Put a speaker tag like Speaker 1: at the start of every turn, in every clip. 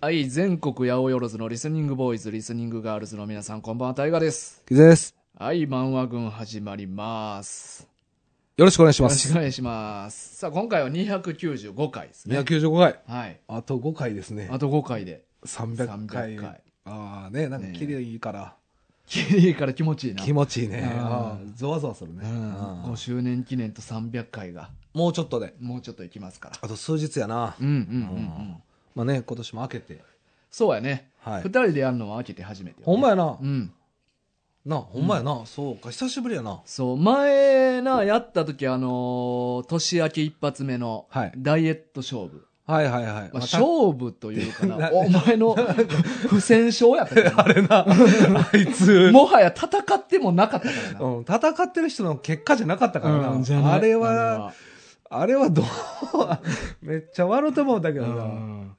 Speaker 1: はい、全国八百万のリスニングボーイズ、リスニングガールズの皆さん、こんばんは、タイガです。
Speaker 2: キズです。
Speaker 1: はい、漫画群始まります。
Speaker 2: よろしくお願いし
Speaker 1: よ
Speaker 2: ま
Speaker 1: ろしく
Speaker 2: す。
Speaker 1: お願いします。さあ、今回は295回ですね。
Speaker 2: 295回。
Speaker 1: はい。
Speaker 2: あと5回ですね
Speaker 1: あ。と5回で。
Speaker 2: 300回。
Speaker 1: 300回
Speaker 2: ああね、なんか
Speaker 1: ね
Speaker 2: 綺麗いいから、
Speaker 1: キリから気持ちいいな。
Speaker 2: 気持ちいいね。
Speaker 1: あ
Speaker 2: あーゾワゾワするね。
Speaker 1: うん、
Speaker 2: うん
Speaker 1: 5周年記念と300回が、
Speaker 2: もうちょっとで。
Speaker 1: もうちょっといきますから。
Speaker 2: あと数日やな。
Speaker 1: うんうんうんう
Speaker 2: うんん。まあね、今年も明けて。
Speaker 1: そうやね。
Speaker 2: は
Speaker 1: 二、
Speaker 2: い
Speaker 1: 人でやるのは明けて初めて、ね。
Speaker 2: ほんまやな
Speaker 1: う。ん。
Speaker 2: な、ほんまやな。そうか、久しぶりやな。
Speaker 1: そう、前な、やった時あのー年明け一発目の
Speaker 2: はい、
Speaker 1: ダイエット勝負。
Speaker 2: はいはいはい。
Speaker 1: まあ、
Speaker 2: また
Speaker 1: 勝負というかな、
Speaker 2: な
Speaker 1: お前の不戦勝やったけど な
Speaker 2: あれな、あいつ。
Speaker 1: もはや戦ってもなかったからな。
Speaker 2: うん、戦ってる人の結果じゃなかったからな。
Speaker 1: うんじゃない
Speaker 2: あ
Speaker 1: あ
Speaker 2: れ
Speaker 1: れ
Speaker 2: は、あれはどう、 めっちゃ笑うと思うんだけど
Speaker 1: う
Speaker 2: な。
Speaker 1: ん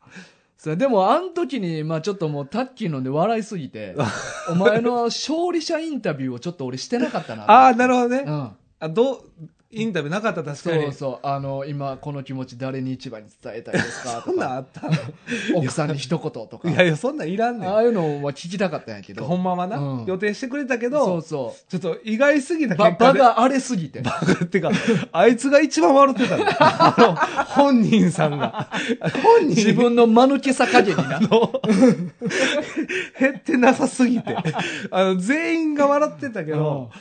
Speaker 1: それでも、あの時に、まあちょっともうタッキー飲んで笑いすぎて、お前の勝利者インタビューをちょっと俺してなかったな。
Speaker 2: ああ、なるほどね。
Speaker 1: うん。
Speaker 2: あどうインタビューなかった確かに
Speaker 1: そうそう、あの、今この気持ち誰に一番に伝えたいですかと
Speaker 2: そん なん
Speaker 1: か、
Speaker 2: あったい
Speaker 1: 奥さんに一言とか、
Speaker 2: やいやそんなんいらんね
Speaker 1: ああいうのは聞きたかったんやけ
Speaker 2: ん
Speaker 1: ど、
Speaker 2: ほんまはな、
Speaker 1: うん
Speaker 2: 予定してくれたけ
Speaker 1: そ
Speaker 2: ど
Speaker 1: うそ
Speaker 2: ちょっと意外すぎた
Speaker 1: う。ば、
Speaker 2: 結
Speaker 1: 場
Speaker 2: 果で
Speaker 1: が荒れすぎて。
Speaker 2: バカ ってかあいつが一番笑ってたのあの 本人さんが本人
Speaker 1: 自分の間抜けさ加減にな。
Speaker 2: の減ってなさすぎてあの全員が笑ってたけど、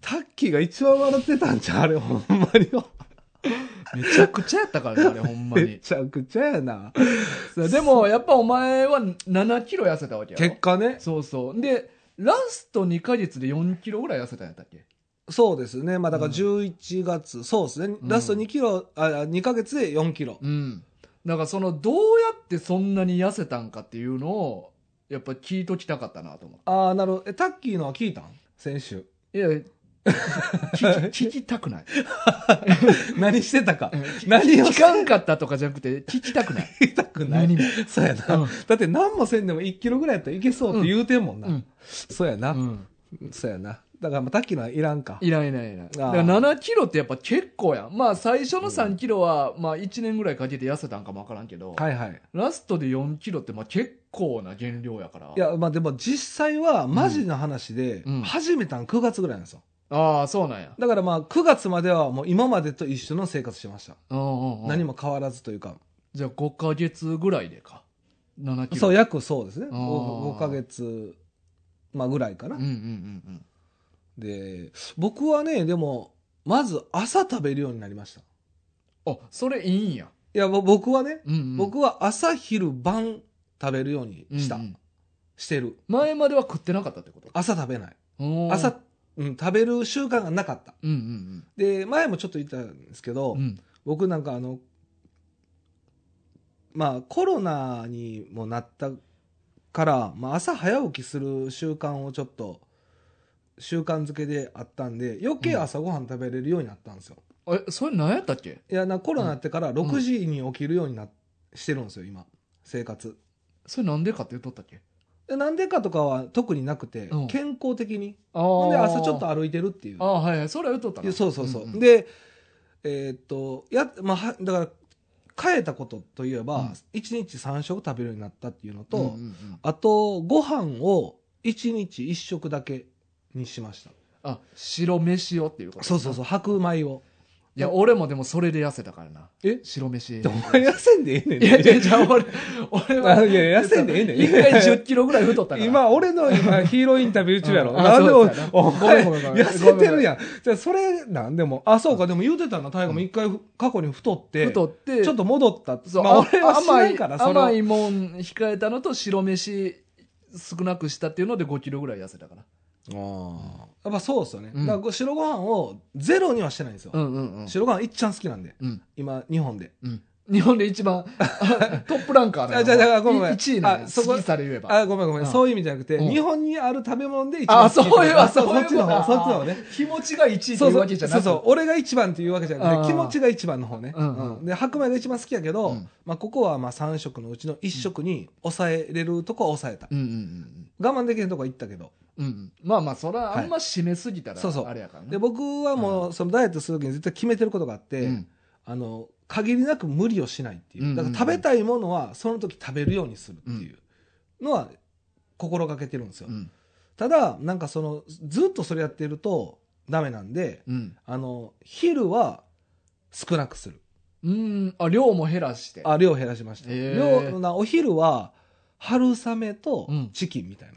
Speaker 2: タッキーが一番笑ってたんじゃうあれほんまに
Speaker 1: めちゃくちゃやったから ね、あれほんま
Speaker 2: め
Speaker 1: に。
Speaker 2: ちゃくちゃやな
Speaker 1: そうでも、やっぱお前は7キロ痩せたわけや
Speaker 2: 結
Speaker 1: ろ。
Speaker 2: 果ね
Speaker 1: そうそう。で、ラスト2ヶ月で4キロぐらい痩せたんやったっけ
Speaker 2: そうですね、まあ、だから
Speaker 1: うん
Speaker 2: 11月、そうですね、
Speaker 1: うん
Speaker 2: ラスト2キロ、あ2ヶ月で4キロ、
Speaker 1: うん。だからその、どうやってそんなに痩せたんかっていうのを、やっぱ聞いときたかったなと思っ
Speaker 2: ああ、なるほど、えタッキーのは聞いたん先週、
Speaker 1: て。いや、聞き聞きたくない。
Speaker 2: 何してたか
Speaker 1: うん、
Speaker 2: 何を
Speaker 1: 聞かんかったとかじゃなくて、聞きたくない。
Speaker 2: 聞いたくない
Speaker 1: 何、も。
Speaker 2: そうやな、
Speaker 1: うん
Speaker 2: だって何もせんでも1キロぐらいやったらいけそうって言うてんもんな、
Speaker 1: うん。
Speaker 2: そうやな、
Speaker 1: うん。
Speaker 2: そうやな、だからまあタッキーのはいらんか、
Speaker 1: いらんいらんいらん。だ
Speaker 2: あー
Speaker 1: から7キロってやっぱ結構やん。まあ最初の3キロは、まあ1年ぐらいかけて痩せたんかもわからんけど、
Speaker 2: はいはい、
Speaker 1: ラストで4キロってまあ結構な減量やから。
Speaker 2: いや、まあでも実際は、マジの話で
Speaker 1: うん、
Speaker 2: 始めたん9月ぐらいなんですよ、
Speaker 1: ああ、そうなんや。
Speaker 2: だからまあ9月まではもう今までと一緒の生活してました、
Speaker 1: うんうんうん、
Speaker 2: 何も変わらずというか。
Speaker 1: じゃあ5ヶ月ぐらいでか。7キロ。
Speaker 2: そう、
Speaker 1: や。
Speaker 2: 約そうですね。
Speaker 1: あー
Speaker 2: 5, ヶ月、まあ、ぐらいか
Speaker 1: う
Speaker 2: な、
Speaker 1: んうんうん
Speaker 2: で、僕はね、でも、まず朝食べるようになりました。い
Speaker 1: うん。あ、それいいんや。
Speaker 2: や、ぼ僕はね、
Speaker 1: うん、うん。
Speaker 2: 僕は朝、昼、晩食べるようにした。
Speaker 1: うんうん
Speaker 2: してる。
Speaker 1: 前までは食ってなかったってこと
Speaker 2: 朝食べない。
Speaker 1: おー
Speaker 2: 朝、うん、食べる習慣がなかった。
Speaker 1: うんうん
Speaker 2: で、前もちょっと言ったんですけど、
Speaker 1: うん。うん。
Speaker 2: 僕なんかあの、まあ、コロナにもなったから、まあ、朝早起きする習慣をちょっと習慣づけであったんで余計朝ごはん食べれるようになったんですよ、
Speaker 1: え、それ何やったっけ
Speaker 2: いやなコロナになってから6時に起きるようになしてるんですよ今生活
Speaker 1: それなんでかって言っとったっけ
Speaker 2: でなんでかとかは特になくて、
Speaker 1: うん
Speaker 2: 健康的に
Speaker 1: ああ。
Speaker 2: ほ
Speaker 1: ほ
Speaker 2: んで朝ちょっと歩いてるっていう
Speaker 1: ああ、はいはい。それは言っとった
Speaker 2: いや
Speaker 1: な。
Speaker 2: そうそうそう、
Speaker 1: んん
Speaker 2: でえーっとや、まあ、はだから変えたことといえば、
Speaker 1: うん
Speaker 2: 一日3食食べるようになったっていうのと、
Speaker 1: うんうんうん
Speaker 2: あとご飯を一日1食だけにしました
Speaker 1: あ白飯をっていうこと
Speaker 2: そうそうそう白米を
Speaker 1: いや俺もでもそれで痩せたからな
Speaker 2: え
Speaker 1: 白飯い
Speaker 2: お前痩せんでええねん
Speaker 1: やいや
Speaker 2: ね
Speaker 1: じゃあ俺俺
Speaker 2: あ
Speaker 1: はい
Speaker 2: や痩せんでええねん
Speaker 1: 一回1 0キロぐらい太ったから
Speaker 2: 今俺の今ヒーローインタビュー中やろ
Speaker 1: うんあ
Speaker 2: なんで
Speaker 1: そう
Speaker 2: も
Speaker 1: だよな
Speaker 2: お前
Speaker 1: ごめんごめんごめん
Speaker 2: 痩せてるやんじゃあそれなんでもあそうかでも言うてたな大我も一回過去に太って
Speaker 1: 太って
Speaker 2: ちょっと戻ったって
Speaker 1: そう、
Speaker 2: まあ俺は知ら
Speaker 1: 甘
Speaker 2: ん
Speaker 1: い
Speaker 2: からそれは
Speaker 1: 甘いもん控えたのと白飯少なくしたっていうので5キロぐらい痩せたから
Speaker 2: ああ。やっぱそうですよね。
Speaker 1: うん
Speaker 2: だからこう白ご飯をゼロにはしてないんですよ。
Speaker 1: うんうんうん
Speaker 2: 白ご飯いっちゃん好きなんで。
Speaker 1: うん
Speaker 2: 今、日本で。
Speaker 1: うん日本で一番 トップランカーだ
Speaker 2: あじゃあじゃあごめんごめん
Speaker 1: 1位なの
Speaker 2: あ
Speaker 1: よ
Speaker 2: そこ
Speaker 1: 好きさで言えば
Speaker 2: あ、ごめんごめん。
Speaker 1: うん
Speaker 2: そういう意味じゃなくて、
Speaker 1: うん
Speaker 2: 日本にある食べ物で一番
Speaker 1: あ
Speaker 2: 好き
Speaker 1: そういうあ
Speaker 2: そ
Speaker 1: そう
Speaker 2: そ
Speaker 1: いう
Speaker 2: っちの
Speaker 1: こと
Speaker 2: 方、
Speaker 1: あ
Speaker 2: そっちの方ね。
Speaker 1: 気持ちが1位って
Speaker 2: そう
Speaker 1: いう
Speaker 2: そ
Speaker 1: わ
Speaker 2: う
Speaker 1: けじゃなく
Speaker 2: そうそう俺が一番っていうわけじゃな
Speaker 1: あ
Speaker 2: く
Speaker 1: ー
Speaker 2: て気持ちが一番の方ね、
Speaker 1: うんうん
Speaker 2: で白米が一番好きやけど、
Speaker 1: うん
Speaker 2: まあ、ここはまあ3食のうちの1食に抑えれるとこは抑えた、
Speaker 1: うんうんうん
Speaker 2: 我慢できるとこは行ったけど
Speaker 1: うんうんまあまあそれはあんま締めすぎたら
Speaker 2: はいそうそう
Speaker 1: あれやからね
Speaker 2: で僕はもうそのダイエットする時に絶対決めてることがあって、
Speaker 1: うん
Speaker 2: あの限りなく無理をしないっていうだから食べたいものはその時食べるようにするっていうのは心がけてるんですよ、
Speaker 1: うん
Speaker 2: ただなんかそのずっとそれやってるとダメなんで
Speaker 1: うん
Speaker 2: あの昼は少なくする
Speaker 1: うんあ量も減らして
Speaker 2: あ量減らしました、
Speaker 1: へー
Speaker 2: 量なお昼は春雨と
Speaker 1: うん
Speaker 2: チキンみたいな、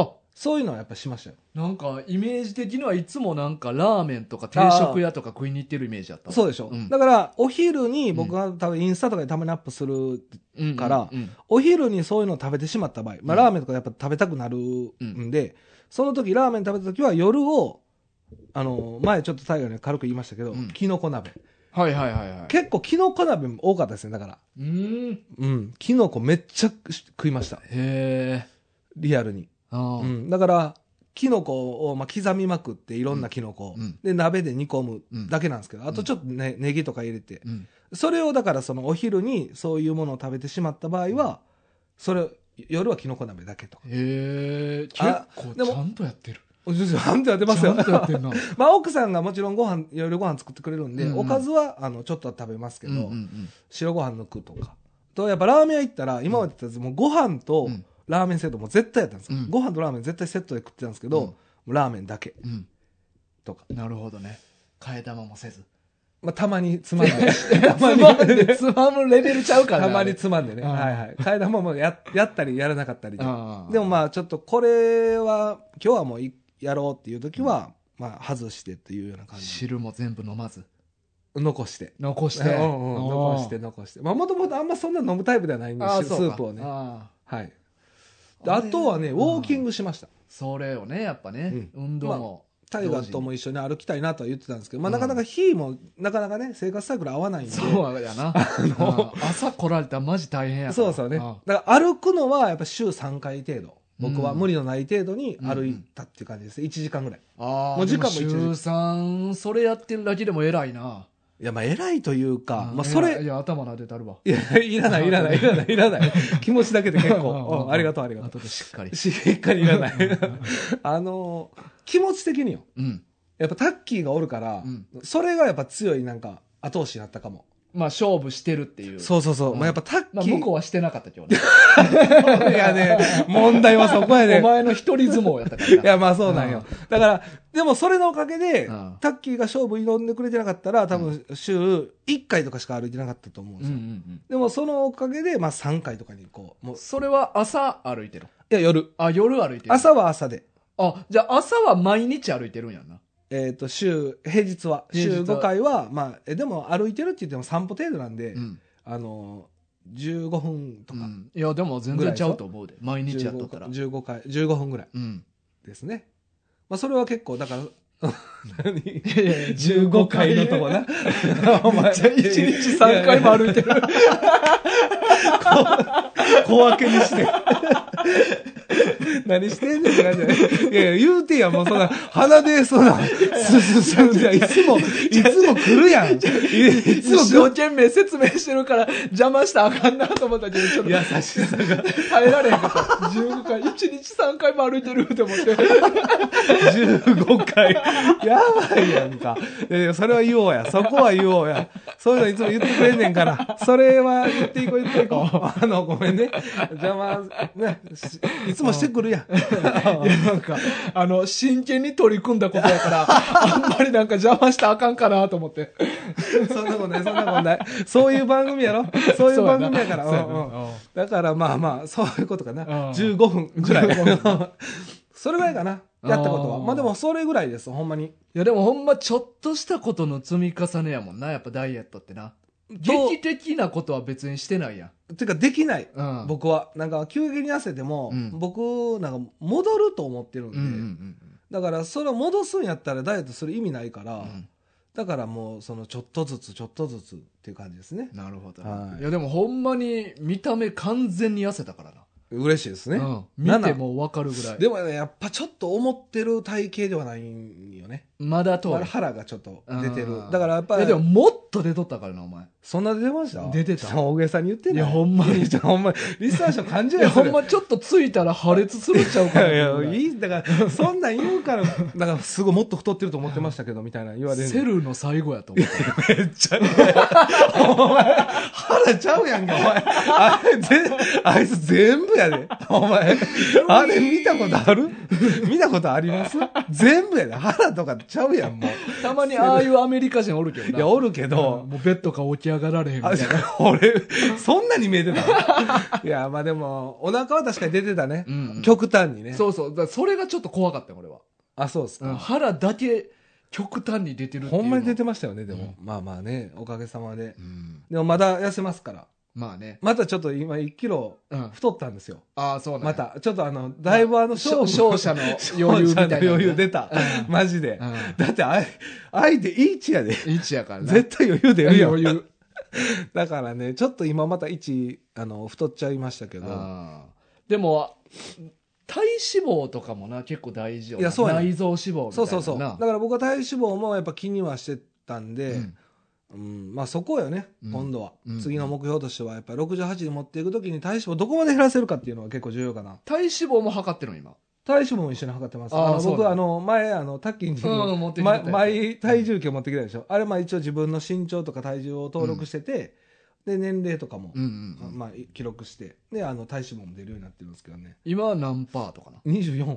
Speaker 1: あ
Speaker 2: そういうのはやっぱしましたよ
Speaker 1: なんかイメージ的にはいつもなんかラーメンとか定食屋とか食いに行ってるイメージだった
Speaker 2: そうでしょ、
Speaker 1: うん
Speaker 2: だからお昼に僕が多分インスタとかでたまにアップする
Speaker 1: う
Speaker 2: から
Speaker 1: うん
Speaker 2: お昼にそういうのを食べてしまった場合、ま
Speaker 1: う
Speaker 2: あ、
Speaker 1: ん
Speaker 2: ラーメンとかやっぱ食べたくなるんで、その時ラーメン食べた時は夜をあの前ちょっと大河に軽く言いましたけど、
Speaker 1: うん
Speaker 2: きのこ鍋
Speaker 1: はいはいはいはい
Speaker 2: 結構きのこ鍋も多かったですねだから
Speaker 1: うんへ
Speaker 2: うんきのこめっちゃ食いました
Speaker 1: え
Speaker 2: リアルに、
Speaker 1: ああ
Speaker 2: うん、だからきのこをまあ刻みまくっていろんなきのこを、
Speaker 1: うん
Speaker 2: で鍋で煮込む
Speaker 1: うん
Speaker 2: だけなんですけど、あとちょっとねネギとか入れて
Speaker 1: うん
Speaker 2: それをだからそのお昼にそういうものを食べてしまった場合はそれ夜はきのこ鍋だけとか
Speaker 1: へえ結
Speaker 2: あ
Speaker 1: 構
Speaker 2: でも
Speaker 1: ちゃんとやってる
Speaker 2: おじさんとやってます
Speaker 1: ちゃ
Speaker 2: よ
Speaker 1: んとやって るな
Speaker 2: まあ奥さんがもちろんご飯夜ご飯作ってくれるんで、
Speaker 1: うんうん
Speaker 2: おかずはあのちょっとは食べますけ
Speaker 1: うん
Speaker 2: ど、
Speaker 1: うんうん
Speaker 2: 白ご飯抜くとかとやっぱラーメン屋行ったら今までだったらもうご飯と
Speaker 1: うん
Speaker 2: ラーメンセットも絶対やったんですよ、
Speaker 1: うん
Speaker 2: ご飯とラーメン絶対セットで食ってたんですけど、
Speaker 1: うん
Speaker 2: もうラーメンだけ
Speaker 1: うん
Speaker 2: とか、
Speaker 1: なるほどね替え玉もせず
Speaker 2: まあ、たまにつまん でた
Speaker 1: つ
Speaker 2: まに
Speaker 1: まんでつまむレベルちゃうからね
Speaker 2: たまにつまんでね、
Speaker 1: うん
Speaker 2: はいはい替え玉もややったりやらなかったりで
Speaker 1: ああ
Speaker 2: でもまあちょっとこれは今日はもういやろうっていう時は、まあ外してっていうような感じ
Speaker 1: 汁も全部飲まず
Speaker 2: 残して
Speaker 1: 残して
Speaker 2: うんうん
Speaker 1: ああ
Speaker 2: 残して残してまあもともとあんまそんな飲むタイプではないんで
Speaker 1: ああ
Speaker 2: ス
Speaker 1: そうか
Speaker 2: ープをね
Speaker 1: あ
Speaker 2: はいで
Speaker 1: あ
Speaker 2: あとはねウォーキン
Speaker 1: グ
Speaker 2: グしました
Speaker 1: それをねやっぱね運動も
Speaker 2: タイガーとも一緒に歩きたいなとは言ってたんですけど、まあ、
Speaker 1: うん
Speaker 2: なかなか日もなかなかね生活サイクル合わないんで
Speaker 1: そうや な。うん朝来られたらマジ大変やから
Speaker 2: そうそうね
Speaker 1: ん
Speaker 2: だから歩くのはやっぱ週3回程度僕は
Speaker 1: うん
Speaker 2: 無理のない程度に歩いたっていう感じです1時間ぐらい
Speaker 1: ああ、
Speaker 2: もう時間も
Speaker 1: で
Speaker 2: 一時
Speaker 1: 週3、それやってるだけでも偉いな。
Speaker 2: いやまあ偉いというか、
Speaker 1: うん
Speaker 2: まあ、そ
Speaker 1: いや
Speaker 2: れ
Speaker 1: いや、頭撫でたるわ。
Speaker 2: いやいらないいらないいらないい らない気持ちだけで結構、うんありがとうありがと
Speaker 1: 後でしっ かり
Speaker 2: う。しっかりいらない あの気持ち的によ
Speaker 1: うん。
Speaker 2: やっぱタッキーがおるから、
Speaker 1: うん
Speaker 2: それがやっぱ強いなんか後押しになったかも。
Speaker 1: まあ、勝負してるっていう。
Speaker 2: そうそうそう。
Speaker 1: うん
Speaker 2: まあやっぱタッキ
Speaker 1: まあ、
Speaker 2: ー。
Speaker 1: 向こうはしてなかったけどね。
Speaker 2: いやね、問題はそこや
Speaker 1: お
Speaker 2: ね。
Speaker 1: 前の一人相撲やったからな。
Speaker 2: いやまあそうなんよ。だから、でもそれのおかげで、
Speaker 1: うん
Speaker 2: タッキーが勝負挑んでくれてなかったら、多分週1回とかしか歩いてなかったと思
Speaker 1: う
Speaker 2: うんで
Speaker 1: んうん
Speaker 2: す
Speaker 1: う
Speaker 2: よ。
Speaker 1: ん。
Speaker 2: でもそのおかげで、まあ3回とかにこう、もう、い
Speaker 1: それは朝歩いてる。
Speaker 2: や夜。
Speaker 1: あ、夜歩いてる。
Speaker 2: 朝は朝で。
Speaker 1: あ、じゃあ朝は毎日歩いてるんやんな。
Speaker 2: えっ、と、週、平日は、
Speaker 1: 平日
Speaker 2: 週
Speaker 1: は
Speaker 2: 5回は、まあ、えでも歩いてるって言っても散歩程度なんで、
Speaker 1: うん。
Speaker 2: あの、15分とか、
Speaker 1: うんいや、でも全然ちゃうと思うで。毎日やっとったら。
Speaker 2: 15回15分ぐらい
Speaker 1: うん。
Speaker 2: ですね、まあ、それは結構だから 何
Speaker 1: いやいや
Speaker 2: 15回のと こなお前
Speaker 1: じゃあ一日3回も歩いてる。
Speaker 2: 小分けにして何してんねんって感じだねいやいや言うてやもうそんな鼻でそんなすすすじゃあいつもいつも来るやんいいつ
Speaker 1: 一生
Speaker 2: も来る
Speaker 1: 懸命説明してるから邪魔したらあかんなと思ったけど、ちょっと
Speaker 2: 優しさが
Speaker 1: 耐えられへんかった。15回、1日3回も歩いてると思って。
Speaker 2: 15回。やばいやんか。いやいやそれは言おうや。そこは言おうや。そういうのいつも言ってくれんねんから。それは言っていこう言っていこう。あの、ごめんね。邪魔、ね、しいつもしてくるやん。
Speaker 1: なんか、あの、真剣に取り組んだことやから、あんまりなんか邪魔したらあかんかなと思って。
Speaker 2: そんなことない、そんなことない。そういう番組やろ。そういう番組やから。
Speaker 1: そううやなんそ
Speaker 2: うん
Speaker 1: うやなうん
Speaker 2: だからまあまあ、そういうことかな。
Speaker 1: うん
Speaker 2: 15分ぐらい。 それぐらいかな。やったことは。
Speaker 1: うん
Speaker 2: まあでもそれぐらいです、ほんまに。
Speaker 1: いやでもほんまちょっとしたことの積み重ねやもんな、やっぱダイエットってな。劇的なことは別にしてないやん。
Speaker 2: てかできない。
Speaker 1: うん。
Speaker 2: 僕はなんか急激に痩せても、
Speaker 1: うん
Speaker 2: 僕なんか戻ると思ってるんで、
Speaker 1: うんうんうん
Speaker 2: だからそれを戻すんやったらダイエットする意味ないから、
Speaker 1: うん。うん
Speaker 2: だからもうそのちょっとずつちょっとずつっていう感じですね
Speaker 1: なるほど、
Speaker 2: はい
Speaker 1: い、やでもほんまに見た目完全に痩せたからな、
Speaker 2: 嬉しいですね、
Speaker 1: うん、
Speaker 2: な
Speaker 1: 見
Speaker 2: な
Speaker 1: ても分かるぐらい
Speaker 2: でもねやっぱちょっと思ってる体型ではないんよね
Speaker 1: まだと
Speaker 2: 腹がちょっと出て
Speaker 1: う
Speaker 2: る
Speaker 1: ん
Speaker 2: だからやっぱ
Speaker 1: いや
Speaker 2: り
Speaker 1: でももっと出とったからなお前
Speaker 2: そんな出てました
Speaker 1: 出てた
Speaker 2: 大げさに言ってない
Speaker 1: いやほんまに
Speaker 2: いやほんまにリスナー賞感じ
Speaker 1: い
Speaker 2: ない
Speaker 1: や、
Speaker 2: そ
Speaker 1: ほ
Speaker 2: れ
Speaker 1: んまちょっとついたら破裂するんちゃう
Speaker 2: い
Speaker 1: かなって
Speaker 2: や
Speaker 1: うぐ
Speaker 2: い
Speaker 1: ら
Speaker 2: や、
Speaker 1: い
Speaker 2: いい、だから、そんなん言うから、だから、すごいもっと太ってると思ってましたけど、みたいな言われ る。
Speaker 1: セルの最後やと思って。
Speaker 2: めっちゃ、お前、腹ちゃうやんけ、お前。あれ、ぜ、あいつ全部やで。お前、あれ見たことある見たことあります全部やで。腹とかちゃうやん、もう。
Speaker 1: たまにああいうアメリカ人おるけど
Speaker 2: い
Speaker 1: な。
Speaker 2: や、おるけ
Speaker 1: う
Speaker 2: ど
Speaker 1: ん、もうベッドから起き上がられへんみた
Speaker 2: あ
Speaker 1: いな。
Speaker 2: 俺、そんなに見えてたいや、まあでも、お腹は確かに出てたね。
Speaker 1: うんうん
Speaker 2: 極端にね。
Speaker 1: そうそう。だからそれがちょっと怖かったよ、俺は。
Speaker 2: あ、そうっすか。
Speaker 1: うん腹だけ極端に出てるっていうの。
Speaker 2: ほんまに出てましたよね、でも。まあまあね、おかげさまで
Speaker 1: う。ん
Speaker 2: でもまだ痩せますから。
Speaker 1: まあね。
Speaker 2: またちょっと今1キロ
Speaker 1: うん。
Speaker 2: 太ったんですよ。
Speaker 1: ああ、そうなんや
Speaker 2: ま。た、ちょっとあの、だいぶあの、
Speaker 1: 勝勝者の余裕みたいな。
Speaker 2: 勝者の 余裕出
Speaker 1: う
Speaker 2: たマジで。
Speaker 1: ん。
Speaker 2: だって、あい、相手1やで。
Speaker 1: うん。一やからな。
Speaker 2: 絶対余裕出るや
Speaker 1: 余
Speaker 2: ん。
Speaker 1: 裕。
Speaker 2: だからね、ちょっと今また1、あの、太っちゃいましたけど。
Speaker 1: あーでも、体脂肪とかもな、結構大事よな。
Speaker 2: いやそうやね
Speaker 1: 内臓脂肪みたいなな。
Speaker 2: そうそうそう。だから僕は体脂肪もやっぱ気にはしてたんで、
Speaker 1: うん
Speaker 2: うん、まあそこよね、
Speaker 1: うん
Speaker 2: 今度は、
Speaker 1: うん
Speaker 2: 次の目標としては、やっぱり68に持っていくときに体脂肪どこまで減らせるかっていうのは結構重要かな。
Speaker 1: 体脂肪も測ってるの、今。
Speaker 2: 体脂肪も一緒に測ってます。
Speaker 1: あー
Speaker 2: あの
Speaker 1: そう
Speaker 2: 僕、
Speaker 1: だ
Speaker 2: あの、前、あの、タッキンに、
Speaker 1: うん持ってきてた
Speaker 2: ま
Speaker 1: やつ
Speaker 2: 毎体重計持ってきたでしょ。あれ、まあ一応自分の身長とか体重を登録してて、で、年齢とかも、
Speaker 1: うんうんうん。
Speaker 2: まあ記録して、で、あの、体脂肪も出るようになってるんですけどね。
Speaker 1: 今は何パーとかな。
Speaker 2: 24。
Speaker 1: ああ、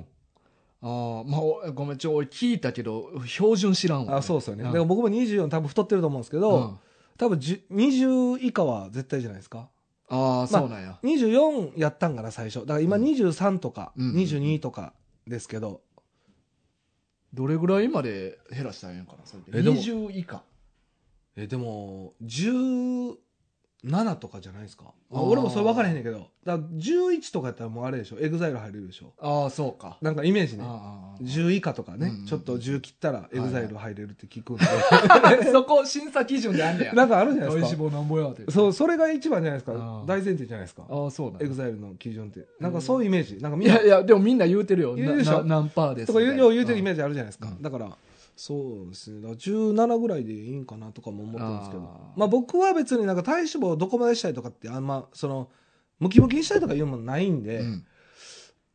Speaker 1: まあ、おごめん、ちょ、俺聞いたけど、標準知らんわ、
Speaker 2: あ、そうですよね。
Speaker 1: ん
Speaker 2: だから僕も24多分太ってると思うんですけど、
Speaker 1: うん
Speaker 2: 多分じゅ20以下は絶対じゃないですか
Speaker 1: ああ、そうなんや。
Speaker 2: 24やったんかな最初だから今
Speaker 1: うん
Speaker 2: 23とか
Speaker 1: うん
Speaker 2: 22とかですけど、
Speaker 1: どれぐらいまで減らしたらええんかな、それで。
Speaker 2: えでも
Speaker 1: 20以下。
Speaker 2: えでも17とかじゃないですか
Speaker 1: あー
Speaker 2: あ俺もそれ分からへんねんけどだから11とかやったらもうあれでしょエグザイル入れるでしょ
Speaker 1: ああ、そうか。
Speaker 2: なんかイメージね
Speaker 1: あー
Speaker 2: 10以下とかね、
Speaker 1: うん
Speaker 2: ちょっと10切ったらエグザイル入れるって 聞くんで、
Speaker 1: あーそこ、審査基準であんねや。
Speaker 2: なんかあるじゃ
Speaker 1: 体
Speaker 2: ない
Speaker 1: 脂
Speaker 2: ですか
Speaker 1: 肪なんぼやって。。
Speaker 2: そううそれが一番じゃないですか
Speaker 1: あー
Speaker 2: 大前提じゃないですか
Speaker 1: ああ、そうなん
Speaker 2: エ
Speaker 1: や
Speaker 2: グ。ザイルの基準ってなんかそういうイメージなんかみ
Speaker 1: い
Speaker 2: んな
Speaker 1: やいや、でもみんな言うてるよ。
Speaker 2: 言うでしょ
Speaker 1: なな何パーです
Speaker 2: と
Speaker 1: み
Speaker 2: か
Speaker 1: たいな。
Speaker 2: 言うよう言うてるイ
Speaker 1: ー
Speaker 2: メージあるじゃないですか、
Speaker 1: うん
Speaker 2: だからそうですねだから17ぐらいでいいんかなとかも思ってるんですけど
Speaker 1: あー
Speaker 2: まあ、僕は別になんか体脂肪をどこまでしたいとかってあんまそのムキムキにしたいとかいうもんないんで、
Speaker 1: うん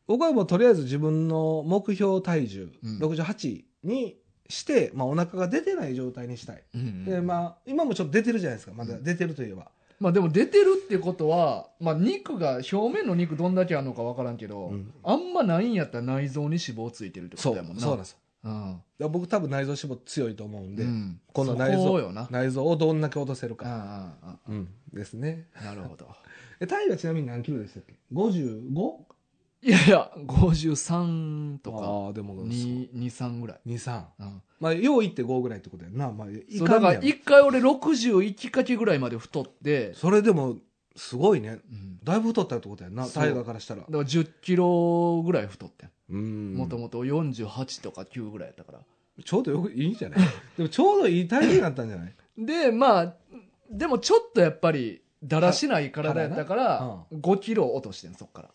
Speaker 2: 僕はもうとりあえず自分の目標体重
Speaker 1: うん
Speaker 2: 68にして、まあ、お腹が出てない状態にしたい、
Speaker 1: うんうん
Speaker 2: でまあ、今もちょっと出てるじゃないですかま
Speaker 1: う
Speaker 2: だ
Speaker 1: ん
Speaker 2: 出てるといえば、
Speaker 1: まあでも出てるってことは、まあ肉が、表面の肉どんだけあるのかわからんけど、
Speaker 2: うん
Speaker 1: あんまないんやったら内臓に脂肪ついてるってこ
Speaker 2: そ
Speaker 1: と
Speaker 2: う
Speaker 1: やもんな。
Speaker 2: そうなんですよ
Speaker 1: うん。
Speaker 2: だから僕多分内臓脂肪強いと思うんで、
Speaker 1: うん、
Speaker 2: この内臓
Speaker 1: そこよな。
Speaker 2: 内臓をどんだけ落とせる
Speaker 1: うんう
Speaker 2: か、
Speaker 1: んうん
Speaker 2: うん、ですね
Speaker 1: なるほど。
Speaker 2: え、タイはちなみに何キロでしたっけ ?55?
Speaker 1: いやいや、53とか、
Speaker 2: ああ、でも、2、
Speaker 1: 2、3ぐらい。
Speaker 2: 3。
Speaker 1: うん、
Speaker 2: まあ、よう1.5ぐらいってことやんな。まあ、い
Speaker 1: そう
Speaker 2: か
Speaker 1: だ
Speaker 2: ん
Speaker 1: から
Speaker 2: ねやろ
Speaker 1: 一回俺60きかけぐらいまで太って、
Speaker 2: それでも、すごいね。
Speaker 1: うん、だ
Speaker 2: だいぶ太ったってことやんな、
Speaker 1: そう
Speaker 2: タイガーからしたら
Speaker 1: か。ら10キロぐらい太って
Speaker 2: うん
Speaker 1: もともと48とか9ぐらいやったから
Speaker 2: ちょうどよく、いいんじゃない でも、ちょうどいい体重になったんじゃ ない
Speaker 1: でまあでもちょっとやっぱりだらしない体やったから
Speaker 2: は
Speaker 1: 5キロ落としてんそっから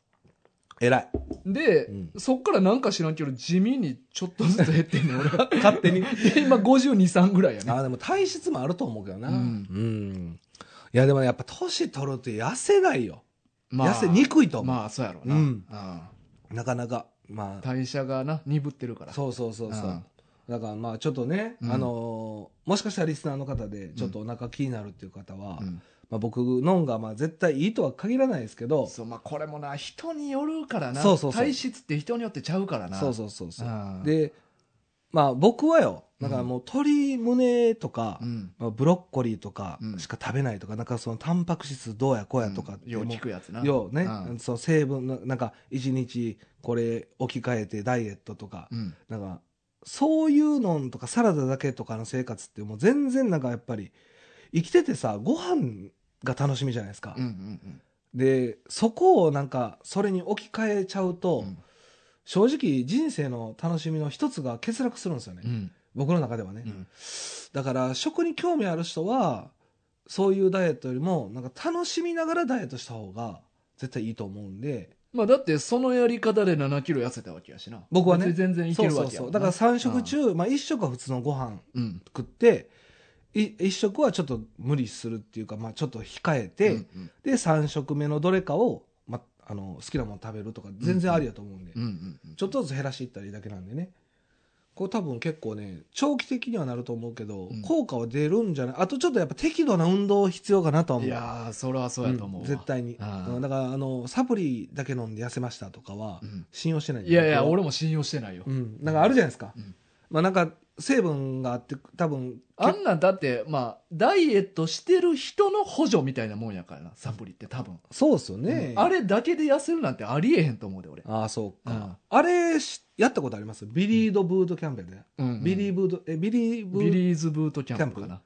Speaker 2: 偉い。
Speaker 1: で、
Speaker 2: うん
Speaker 1: そっからなんか知らんけど地味にちょっとずつ減ってんねん俺
Speaker 2: 勝手に。
Speaker 1: で今523ぐらいやね
Speaker 2: ああ、でも体質もあると思うけどな。
Speaker 1: うん
Speaker 2: んいや、でもね、やっぱ、年取ると痩せないよ。痩せにくいと思う。
Speaker 1: まあそうやろうな、
Speaker 2: うん
Speaker 1: う
Speaker 2: なかなか。まあ
Speaker 1: ん、代謝がな鈍ってるから
Speaker 2: そうそうそうそう、
Speaker 1: うん
Speaker 2: だからまあちょっとね、
Speaker 1: うん
Speaker 2: あのーもしかしたらリスナーの方でちょっとお腹気になるっていう方は、
Speaker 1: うん
Speaker 2: まあ、僕のんがまあ絶対いいとは限らないですけど
Speaker 1: そうまあこれもな人によるからな
Speaker 2: そうそうそう
Speaker 1: 体質って人によってちゃうからな
Speaker 2: そうそうそうそう、
Speaker 1: うん
Speaker 2: でまあ僕はよだからもう鶏胸とか、
Speaker 1: うん
Speaker 2: まあブロッコリーとか
Speaker 1: うん
Speaker 2: しか食べないとか、なんかそのタンパク質どうやこうやとかって、
Speaker 1: よう
Speaker 2: もう
Speaker 1: 聞くやつな
Speaker 2: ようね、
Speaker 1: うん
Speaker 2: その成分のなんか一日これ置き換えてダイエットとか、
Speaker 1: うん
Speaker 2: なんか、そういうのんとかサラダだけとかの生活ってもう全然なんかやっぱり、生きててさ、ご飯が楽しみじゃないですか。
Speaker 1: うんうん
Speaker 2: で、そこをなんか、それに置き換えちゃうと、
Speaker 1: うんうん
Speaker 2: 正直人生の楽しみの一つが欠落するんですよね。
Speaker 1: うん
Speaker 2: 僕の中ではね。
Speaker 1: うん
Speaker 2: だから、食に興味ある人は、そういうダイエットよりも、なんか楽しみながらダイエットした方が絶対いいと思うんで、
Speaker 1: まあだってそのやり方で7キロ痩せたわけやしな
Speaker 2: 僕はね
Speaker 1: 別に全然い
Speaker 2: そ
Speaker 1: け
Speaker 2: う
Speaker 1: る
Speaker 2: そ
Speaker 1: わ
Speaker 2: う
Speaker 1: けや
Speaker 2: そ
Speaker 1: も
Speaker 2: う。
Speaker 1: ん
Speaker 2: だ
Speaker 1: な
Speaker 2: から3食中、まあ1食は普通のご飯
Speaker 1: うん
Speaker 2: 食って、い一食はちょっと無理するっていうか、まあ、ちょっと控えて、
Speaker 1: うんうん
Speaker 2: で3食目のどれかを、ま、あの好きなもの食べるとか全然ありやと思うんで、
Speaker 1: うんうんうん
Speaker 2: ちょっとずつ減らしていったらいいだけなんでねこれ多分結構ね長期的にはなると思うけど、
Speaker 1: うん
Speaker 2: 効果は出るんじゃないあとちょっとやっぱ適度な運動必要かなとは思
Speaker 1: いうやーそれはそうやと思うわ、
Speaker 2: ん絶対に
Speaker 1: あー
Speaker 2: うんだからあのサプリだけ飲んで痩せましたとかは、
Speaker 1: うん
Speaker 2: 信用してない
Speaker 1: いやいや俺も信用してないよ、
Speaker 2: うん、なんかあるじゃないですか、
Speaker 1: うん
Speaker 2: まあなんか成分があって多分
Speaker 1: あんなんだってまあダイエットしてる人の補助みたいなもんやからなサプリって多分、
Speaker 2: そうですよね、
Speaker 1: うんあれだけで痩せるなんてありえへんと思うで俺、
Speaker 2: ああそうか、あれしやったことありますビリードブートキャンペーンで、ビリー
Speaker 1: ー
Speaker 2: ブードえビリーブ
Speaker 1: ビ
Speaker 2: ー
Speaker 1: リーズブートキャンプかな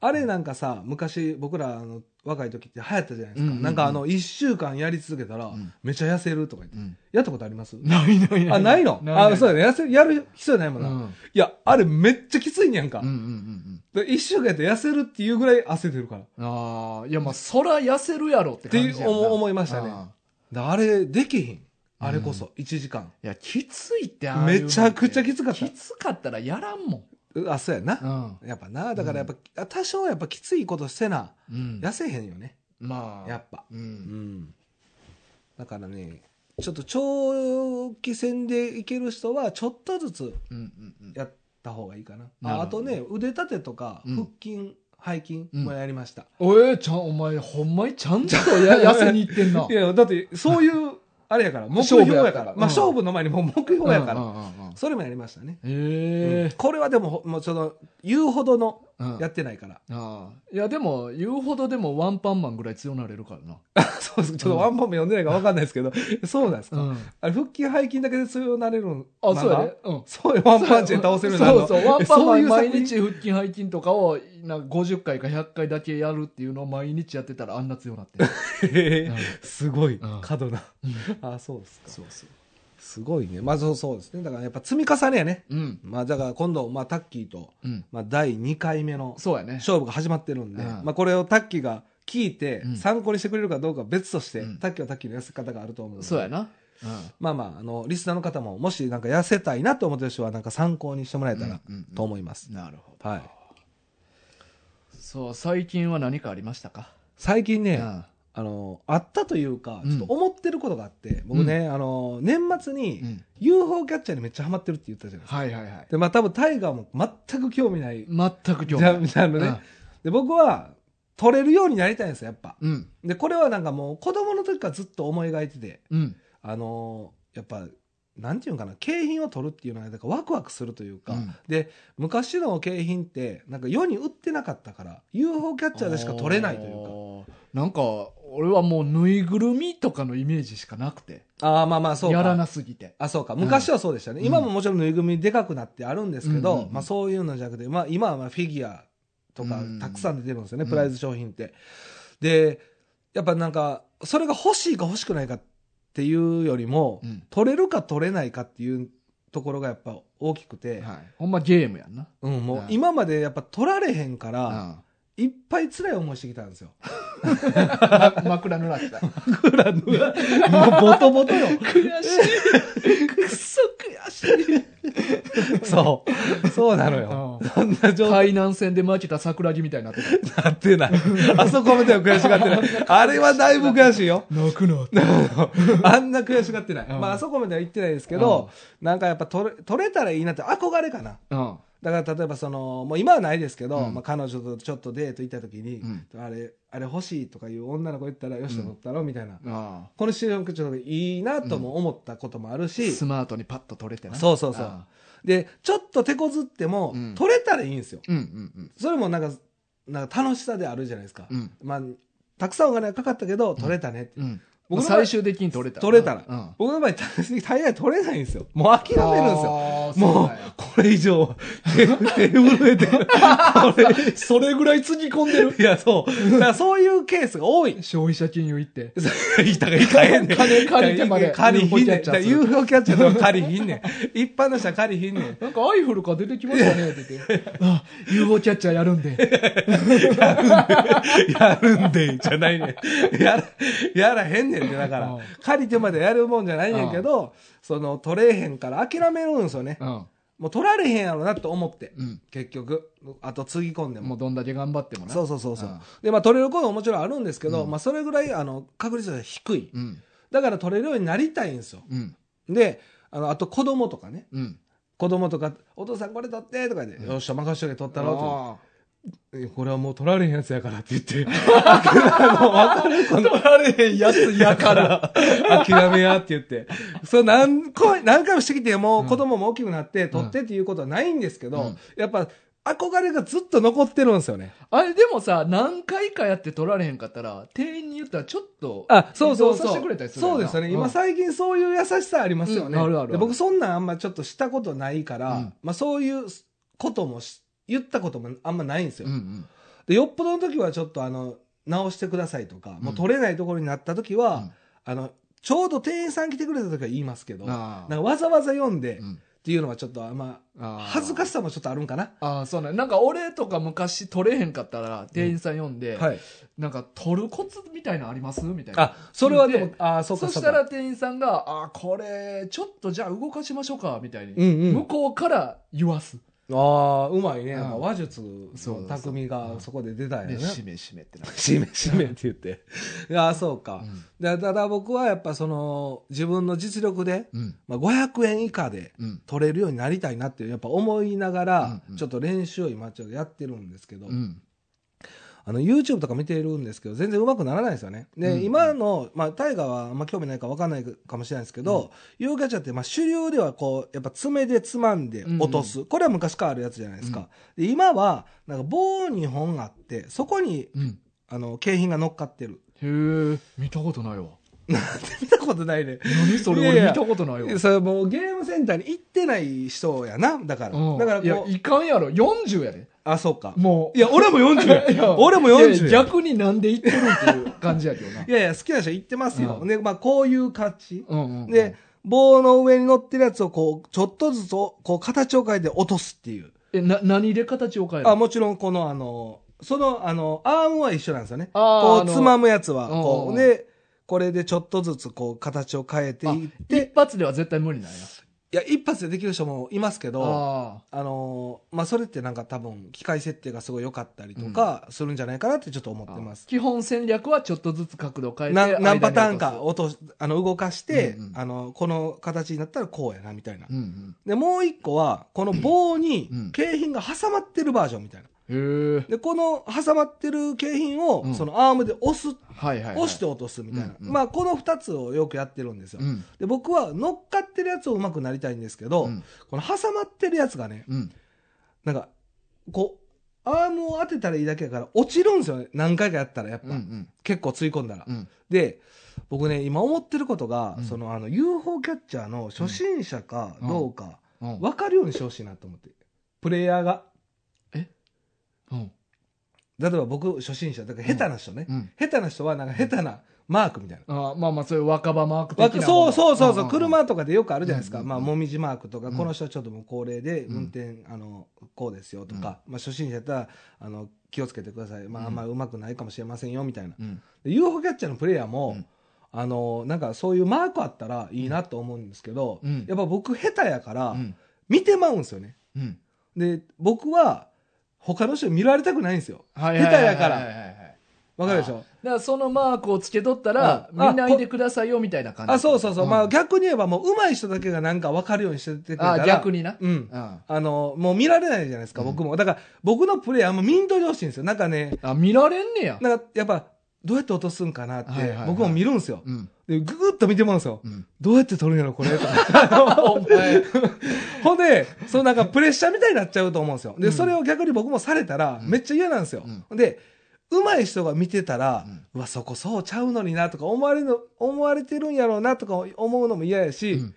Speaker 2: あれなんかさ昔僕らあの若い時って流行ったじゃないです
Speaker 1: うん
Speaker 2: か、
Speaker 1: うんうん
Speaker 2: なんかあの1週間やり続けたら、
Speaker 1: うん
Speaker 2: めちゃ痩せるとか言って
Speaker 1: うん
Speaker 2: やったことあります、
Speaker 1: ないないない
Speaker 2: あないのあそうだね痩せるやる必要ないもん
Speaker 1: う
Speaker 2: な、い
Speaker 1: ん
Speaker 2: やあれめっちゃきついんやんか、
Speaker 1: うんうんうん
Speaker 2: で一1週間やったら痩せるっていうぐらい汗出るから
Speaker 1: うんああいやまあそら痩せるやろって感じやな
Speaker 2: っていう思思いましたね
Speaker 1: あ
Speaker 2: だあれできひんあれこそ1時間、
Speaker 1: ーいやきついってああいうのって
Speaker 2: めちゃくちゃきつかった
Speaker 1: きつかったらやらんもん
Speaker 2: うあそうやな、
Speaker 1: うん
Speaker 2: やっぱなだからやっぱ、多少やっぱきついことしてな
Speaker 1: うん
Speaker 2: 痩せへんよね、
Speaker 1: まあ
Speaker 2: やっぱ
Speaker 1: う
Speaker 2: うんんだからねちょっと長期戦でいける人はちょっとずつ
Speaker 1: うんうんうん
Speaker 2: やった方がいいかな
Speaker 1: なる
Speaker 2: あ
Speaker 1: ほ
Speaker 2: あと
Speaker 1: どね
Speaker 2: ね腕立てとか
Speaker 1: うん
Speaker 2: 腹筋、背筋もやりました、
Speaker 1: おえちゃんお前ほんまにちゃんと や痩せにいってんない
Speaker 2: やだってそういうあれやから目
Speaker 1: 勝
Speaker 2: 標
Speaker 1: 負
Speaker 2: や
Speaker 1: や
Speaker 2: から
Speaker 1: から
Speaker 2: まあ、
Speaker 1: うん
Speaker 2: 勝負の前にもう目標やから、
Speaker 1: うんうんうんうん
Speaker 2: それもやりましたね、
Speaker 1: へえ
Speaker 2: これはでもほもうその言うほどの
Speaker 1: うん
Speaker 2: やってないから、
Speaker 1: ああいやでも言うほどでもワンパンマンぐらい強なれるからな
Speaker 2: そうですちょっとワンパンも読んでないから分かんないですけど、そうなんですか、
Speaker 1: うん
Speaker 2: あれ腹筋背筋だけで強くなれるん
Speaker 1: あそうや
Speaker 2: なん
Speaker 1: で
Speaker 2: か
Speaker 1: うん
Speaker 2: そうよワンパンチで倒せるようになる
Speaker 1: そ
Speaker 2: の
Speaker 1: うそうワンパンマ
Speaker 2: えそうい
Speaker 1: ン
Speaker 2: う作
Speaker 1: 毎
Speaker 2: 品
Speaker 1: 日腹筋背筋とかをなんか50回か100回だけやるっていうのを毎日やってたらあんな強な ってる
Speaker 2: へえ
Speaker 1: うん
Speaker 2: すごい
Speaker 1: うん
Speaker 2: 過度な、
Speaker 1: うん
Speaker 2: あそうですか
Speaker 1: そうそう
Speaker 2: すごいねまあそうそうですねだからやっぱ積み重ねやね
Speaker 1: うん
Speaker 2: まあだから今度、まあ、タッキーと、
Speaker 1: うん
Speaker 2: まあ、第2回目の
Speaker 1: そうやね
Speaker 2: 勝負が始まってるんで、
Speaker 1: うん
Speaker 2: まあ、これをタッキーが聞いて
Speaker 1: うん
Speaker 2: 参考にしてくれるかどうかは別として、
Speaker 1: うん
Speaker 2: タッキーはタッキーの痩せ方があると思うので
Speaker 1: そうやなうん
Speaker 2: まあまああのリスナーの方ももしなんか痩せたいなと思ってる人はなんか参考にしてもらえたら
Speaker 1: うんうんうん
Speaker 2: と思います、
Speaker 1: なるほど
Speaker 2: はい
Speaker 1: そう最近は何かありましたか
Speaker 2: 最近ね、
Speaker 1: うん
Speaker 2: あのあったというか
Speaker 1: うん
Speaker 2: ちょっと思ってることがあって、僕ね、あの年末に、
Speaker 1: うん
Speaker 2: UFO キャッチャーにめっちゃハマってるって言ったじゃないですか
Speaker 1: はいはいはい
Speaker 2: でまあ多分タイガーも全く興味ない
Speaker 1: 全く
Speaker 2: ジ
Speaker 1: 興味な
Speaker 2: ャ
Speaker 1: い
Speaker 2: ンルなのね、で僕は取れるようになりたいんですよやっぱ
Speaker 1: うんうん
Speaker 2: でこれはなんかもう子供の時からずっと思い描いてて
Speaker 1: うん
Speaker 2: あのーやっぱなんていうんかな景品を取るっていうのはなんかワクワクするというか、
Speaker 1: うん
Speaker 2: で昔の景品ってなんか世に売ってなかったから UFO キャッチャーでしか取れないという
Speaker 1: うかなんか俺はもうぬいぐるみとかのイメージしかなくて
Speaker 2: かああまあまあそうか
Speaker 1: やらなすぎて
Speaker 2: あそうか昔はそうでしたね、
Speaker 1: うん
Speaker 2: 今ももちろんぬいぐるみでかくなってあるんですけど、
Speaker 1: うんうんうん
Speaker 2: まあ、そういうのじゃなくて、まあ、今はまあフィギュアとか
Speaker 1: うん
Speaker 2: たくさん出てるんですよね、
Speaker 1: うん
Speaker 2: プライズ商品って。でやっぱなんかそれが欲しいか欲しくないかっていうよりも、
Speaker 1: うん
Speaker 2: 取れるか取れないかっていうところがやっぱ大きくて、
Speaker 1: はい、ほんまゲームやんな
Speaker 2: うん、もう
Speaker 1: ああ
Speaker 2: 今までやっぱ取られへんから、
Speaker 1: あ
Speaker 2: いっぱい辛い思いしてきたんですよ。
Speaker 1: あ枕濡らした
Speaker 2: 僕らのもうボトボ トよ。
Speaker 1: 悔しいくそ悔しい
Speaker 2: そう。そうなのよ。
Speaker 1: うん
Speaker 2: そんな状態
Speaker 1: 海南戦で負けた桜木みたいになってた
Speaker 2: なってない。あそこまでは悔しがってない。あれはだいぶ悔しいよ。
Speaker 1: 泣くなって
Speaker 2: あんな悔しがってない。
Speaker 1: うん
Speaker 2: まあ、あそこまでは行ってないですけど、なんかやっぱ取れ取れたらいいなって憧れかな。
Speaker 1: うん
Speaker 2: だから例えばその、もう今はないですけど、
Speaker 1: うん
Speaker 2: まあ、彼女とちょっとデート行った時に、
Speaker 1: う
Speaker 2: あれ、あれ欲しいとかいう女の子言ったら、よし、取ったろみたいな。
Speaker 1: あ
Speaker 2: この収録ちょっといいなとも思ったこともある
Speaker 1: あ
Speaker 2: し、
Speaker 1: スマートにパッと取れてな
Speaker 2: そうそうそう
Speaker 1: あ
Speaker 2: で、ちょっと手こずっても、
Speaker 1: うん
Speaker 2: 取れたらいいんですよ。
Speaker 1: あうんうん
Speaker 2: それもなんか、なんか楽しさであるじゃないですか。
Speaker 1: うんうん
Speaker 2: まあ、たくさんお金がかかったけど、取れたねって。
Speaker 1: うん
Speaker 2: 僕の場合
Speaker 1: 最終的に取れた
Speaker 2: 取れたら
Speaker 1: うん
Speaker 2: 僕の場合、大概取れないんですよ。もう諦めるんですよ。
Speaker 1: ああ
Speaker 2: も
Speaker 1: そううなんや、
Speaker 2: これ以上は、手手震えてる。
Speaker 1: それぐらいつぎ込んでる
Speaker 2: いや、そう。だからそういうケースが多い。
Speaker 1: 消費 者金融行って。
Speaker 2: いたがいかへんねん。
Speaker 1: 金借りてまで
Speaker 2: 借りひんねん。だ
Speaker 1: UFO キ
Speaker 2: か
Speaker 1: ャッチャーする
Speaker 2: ら UFO キャッチャーとか借りひんねん。一般の人は借りひんねん。
Speaker 1: なんかアイフルから出てきましたね、って言って。 あ、UFO キャッチャーやるんで。
Speaker 2: やるんでじゃないねん。やら、やらへんねんって、だか
Speaker 1: う
Speaker 2: ら
Speaker 1: ん。
Speaker 2: 借りてまでやるもんじゃないねんけど、その、取れへんから諦めるんですよね。
Speaker 1: うん。
Speaker 2: もう取られへんやろなと思って、
Speaker 1: うん。
Speaker 2: 結局。あと、つぎ込んでも
Speaker 1: も。うどんだけ頑張ってもな。
Speaker 2: そううそうそうそう、
Speaker 1: ん
Speaker 2: でまあ取れることももちろんあるんですけど、
Speaker 1: うん
Speaker 2: まあそれぐらいあの確率が低い
Speaker 1: うん。
Speaker 2: だから取れるようになりたいんですよ
Speaker 1: うん。
Speaker 2: であのあと子供とかね
Speaker 1: うん。
Speaker 2: 子供とか「お父さんこれ取って」とかで「
Speaker 1: うん
Speaker 2: よっしゃ任しとけ取ったろ」と
Speaker 1: あ
Speaker 2: えこれはもう取られへんやつやから」って言ってあの分かるこ
Speaker 1: ー
Speaker 2: の
Speaker 1: 取られへんやつやから。
Speaker 2: 諦めやって言ってそれ何回何回もしてきても
Speaker 1: う
Speaker 2: うん子供も大きくなって取ってっていうことはないんですけど、
Speaker 1: うん
Speaker 2: やっぱ憧れがずっと残ってるんですよね
Speaker 1: あれ、でもさ、何回かやって取られへんかったら、店員に言ったらちょっと、
Speaker 2: あ、そうそう
Speaker 1: 移動さ
Speaker 2: そ
Speaker 1: せ
Speaker 2: う。
Speaker 1: てくれたりするやん
Speaker 2: そ
Speaker 1: な
Speaker 2: うですよね。
Speaker 1: う
Speaker 2: 今
Speaker 1: ん
Speaker 2: 最近そういう優しさありますよね。
Speaker 1: うんあるあるある
Speaker 2: で僕そんなんあんまちょっとしたことないから、
Speaker 1: うん
Speaker 2: まあそういうこともし言ったこともあんまないんですよ。
Speaker 1: うんうん。
Speaker 2: で、よっぽどの時はちょっとあの、直してくださいとか、もう取れないところになった時は、
Speaker 1: うん
Speaker 2: あの、ちょうど店員さん来てくれた時は言いますけど、な
Speaker 1: あ
Speaker 2: んかわざわざ読んでっ
Speaker 1: うん
Speaker 2: ていうのはちょっとあんま、
Speaker 1: あー
Speaker 2: 恥ずかしさもちょっとあるんかな。
Speaker 1: ああ、そうね。なんか俺とか昔取れへんかったら、店員さん呼んで、
Speaker 2: はい。
Speaker 1: なんか取るコツみたいなのありますみたいな。
Speaker 2: あ、それはでも
Speaker 1: で、
Speaker 2: あー、そ
Speaker 1: そう
Speaker 2: かうか。
Speaker 1: したら店員さんが、あーこれ、ちょっとじゃあ動かしましょうか、みたいに。
Speaker 2: うんうん
Speaker 1: 向こうから言わす。
Speaker 2: ああ、うまいね。
Speaker 1: うん
Speaker 2: やっぱ話
Speaker 1: そ
Speaker 2: 術
Speaker 1: うそ
Speaker 2: の
Speaker 1: う
Speaker 2: 匠がそこで出たよね
Speaker 1: で、。しめしめってな る。
Speaker 2: しめしめって言って。いや、そうか。
Speaker 1: う
Speaker 2: だただ僕はやっぱその、自分の実力で、
Speaker 1: ん。うん。
Speaker 2: まあ、500円以下で
Speaker 1: うん。
Speaker 2: 取れるようになりたいなっていう、やっぱ思いながら
Speaker 1: うんう、ん
Speaker 2: ちょっと練習を今ちょっとやってるんですけど、
Speaker 1: うん。
Speaker 2: あの、YouTube とか見てるんですけど、全然上手くならないですよね。で、
Speaker 1: うん
Speaker 2: 今の、まあ、大河はあんま興味ないから分かんないかもしれないですけど、ユーガチャって、まあ、主流ではこう、やっぱ爪でつまんで落とす。これは昔からあるやつじゃないですか。で、今は、なんか棒2本あって、そこに、
Speaker 1: うん。
Speaker 2: あの、景品が乗っかってる。
Speaker 1: へえ、見たことないわ。
Speaker 2: 見たことないね。
Speaker 1: 何それ、
Speaker 2: いやい
Speaker 1: 俺
Speaker 2: や
Speaker 1: 見たことないわ。
Speaker 2: それもうゲームセンターに行ってない人やな。だから。
Speaker 1: うん
Speaker 2: だから
Speaker 1: いや
Speaker 2: こ、う、
Speaker 1: いかんやろ。40やで。
Speaker 2: あ、そうか。
Speaker 1: もう。
Speaker 2: いや、俺も40
Speaker 1: いや
Speaker 2: や。俺も40
Speaker 1: い
Speaker 2: や。。
Speaker 1: や逆になんで言ってるんっていう感じやけどな
Speaker 2: いやいや、好きな人行ってますよ。
Speaker 1: うん
Speaker 2: で、まあ、こう いう感じ。
Speaker 1: うんうんうん
Speaker 2: で、、棒の上に乗ってるやつをこう、ちょっとずつお、こう、形を変えて落とすっていう。
Speaker 1: え、な、何で形を変える
Speaker 2: あ、もちろん、このあの、その、あの、アームは一緒なんですよね。
Speaker 1: あ
Speaker 2: こ
Speaker 1: ー
Speaker 2: う、
Speaker 1: あの
Speaker 2: つまむやつは、
Speaker 1: うんうん
Speaker 2: こ
Speaker 1: うん
Speaker 2: う、で、これでちょっとずつ、こう、形を変えていっ
Speaker 1: あ
Speaker 2: て、
Speaker 1: 一発では絶対無理なんや。
Speaker 2: いや、一発でできる人もいますけど、
Speaker 1: あ
Speaker 2: あのーまあ、それってなんか多分機械設定がすごい良かったりとかするんじゃないかなってちょっと思ってま
Speaker 1: あ。
Speaker 2: す。
Speaker 1: 基本戦略はちょっとずつ角度変えて。
Speaker 2: な何パターン
Speaker 1: 間
Speaker 2: か
Speaker 1: に
Speaker 2: 落としあの動かして、
Speaker 1: うんうん
Speaker 2: あのこの形になったらこうやなみたいな。
Speaker 1: 落とす。うん
Speaker 2: でもう一個はこの棒に
Speaker 1: うん
Speaker 2: 景品が挟まってるバージョンみたいな。
Speaker 1: うん。へえ。
Speaker 2: でこの挟まってる景品を、
Speaker 1: うん
Speaker 2: そのアームで押す
Speaker 1: はいはいはい。
Speaker 2: 押して落とすみたいな、
Speaker 1: うんうん
Speaker 2: まあこの2つをよくやってるんですよ、
Speaker 1: うん。
Speaker 2: で僕は乗っかってるやつをうまくなりたいんですけど、
Speaker 1: うん
Speaker 2: この挟まってるやつがね
Speaker 1: うん。
Speaker 2: なんか、こう、アームを当てたらいいだけやから、落ちるんですよね。何回かやったら、やっぱ。
Speaker 1: うんうん。
Speaker 2: 結構つい込んだら。
Speaker 1: うん。
Speaker 2: で、僕ね、今思ってることが、
Speaker 1: うん
Speaker 2: その、あの、UFO キャッチャーの初心者かどうか、
Speaker 1: うん。
Speaker 2: 分かるようにしてほしいなと思って。プレイヤーが。
Speaker 1: うん。
Speaker 2: 例えば僕、初心者。だから下手な人ね。
Speaker 1: うん。
Speaker 2: 下手な人は、なんか下手なマークみたいな。
Speaker 1: あまあまあ、そういう若葉マーク的
Speaker 2: わ
Speaker 1: な
Speaker 2: か
Speaker 1: もの。
Speaker 2: そうそうそうそう、
Speaker 1: んんん。
Speaker 2: 車とかでよくあるじゃないです
Speaker 1: う
Speaker 2: か、
Speaker 1: んうん
Speaker 2: まあ、もみじマークとか、
Speaker 1: うん
Speaker 2: この人はちょっともう高齢で、
Speaker 1: うん
Speaker 2: 運転、あのこうですよとか、まあ、初心者やったらあの気をつけてください、ま
Speaker 1: う
Speaker 2: あ、
Speaker 1: ん
Speaker 2: あんまりうまくないかもしれませんよみたいな、
Speaker 1: うん。
Speaker 2: で UFO キャッチャーのプレイヤーも、
Speaker 1: うん
Speaker 2: あのなんかそういうマークあったらいいなと思うんですけど、
Speaker 1: うん
Speaker 2: やっぱ僕、下手やから、
Speaker 1: うん。
Speaker 2: 見てまうんですよね。
Speaker 1: うん。
Speaker 2: で僕は他の人に見られたくないんですよ。
Speaker 1: は
Speaker 2: 下手やから
Speaker 1: はいはいはいはい
Speaker 2: わかるでしょ
Speaker 1: だからそのマークをつけとったら、
Speaker 2: うんあ
Speaker 1: 見ないでくださいよみたいな感じ。
Speaker 2: あ、そうそうそう。
Speaker 1: ん
Speaker 2: まあ逆に言えばもう上手い人だけがなんか分かるようにしててくれたら。
Speaker 1: あ、逆にな。
Speaker 2: うん。
Speaker 1: うん
Speaker 2: あの、もう見られないじゃないですか、
Speaker 1: うん
Speaker 2: 僕も。だから、僕のプレイあんま見んといてほしいんですよ。なんかね、
Speaker 1: あ、見られんねや。
Speaker 2: なんか、やっぱ、どうやって落とすんかなって
Speaker 1: はいはいはい、
Speaker 2: 僕も見るんですよ。
Speaker 1: うん。
Speaker 2: で、ぐぐっと見てもらうんですよ。
Speaker 1: うん。
Speaker 2: どうやって撮るんやろ、これ。とか
Speaker 1: お前。
Speaker 2: ほんで、そのなんかプレッシャーみたいになっちゃうと思うんですよ。
Speaker 1: う
Speaker 2: で、
Speaker 1: ん
Speaker 2: それを逆に僕もされたら、
Speaker 1: うん
Speaker 2: めっちゃ嫌なんですよ
Speaker 1: うん。
Speaker 2: ほんで、上手い人が見てたら
Speaker 1: うん、
Speaker 2: うわ、そこそうちゃうのになとか思われの、思われてるんやろうなとか思うのも嫌やし、
Speaker 1: うん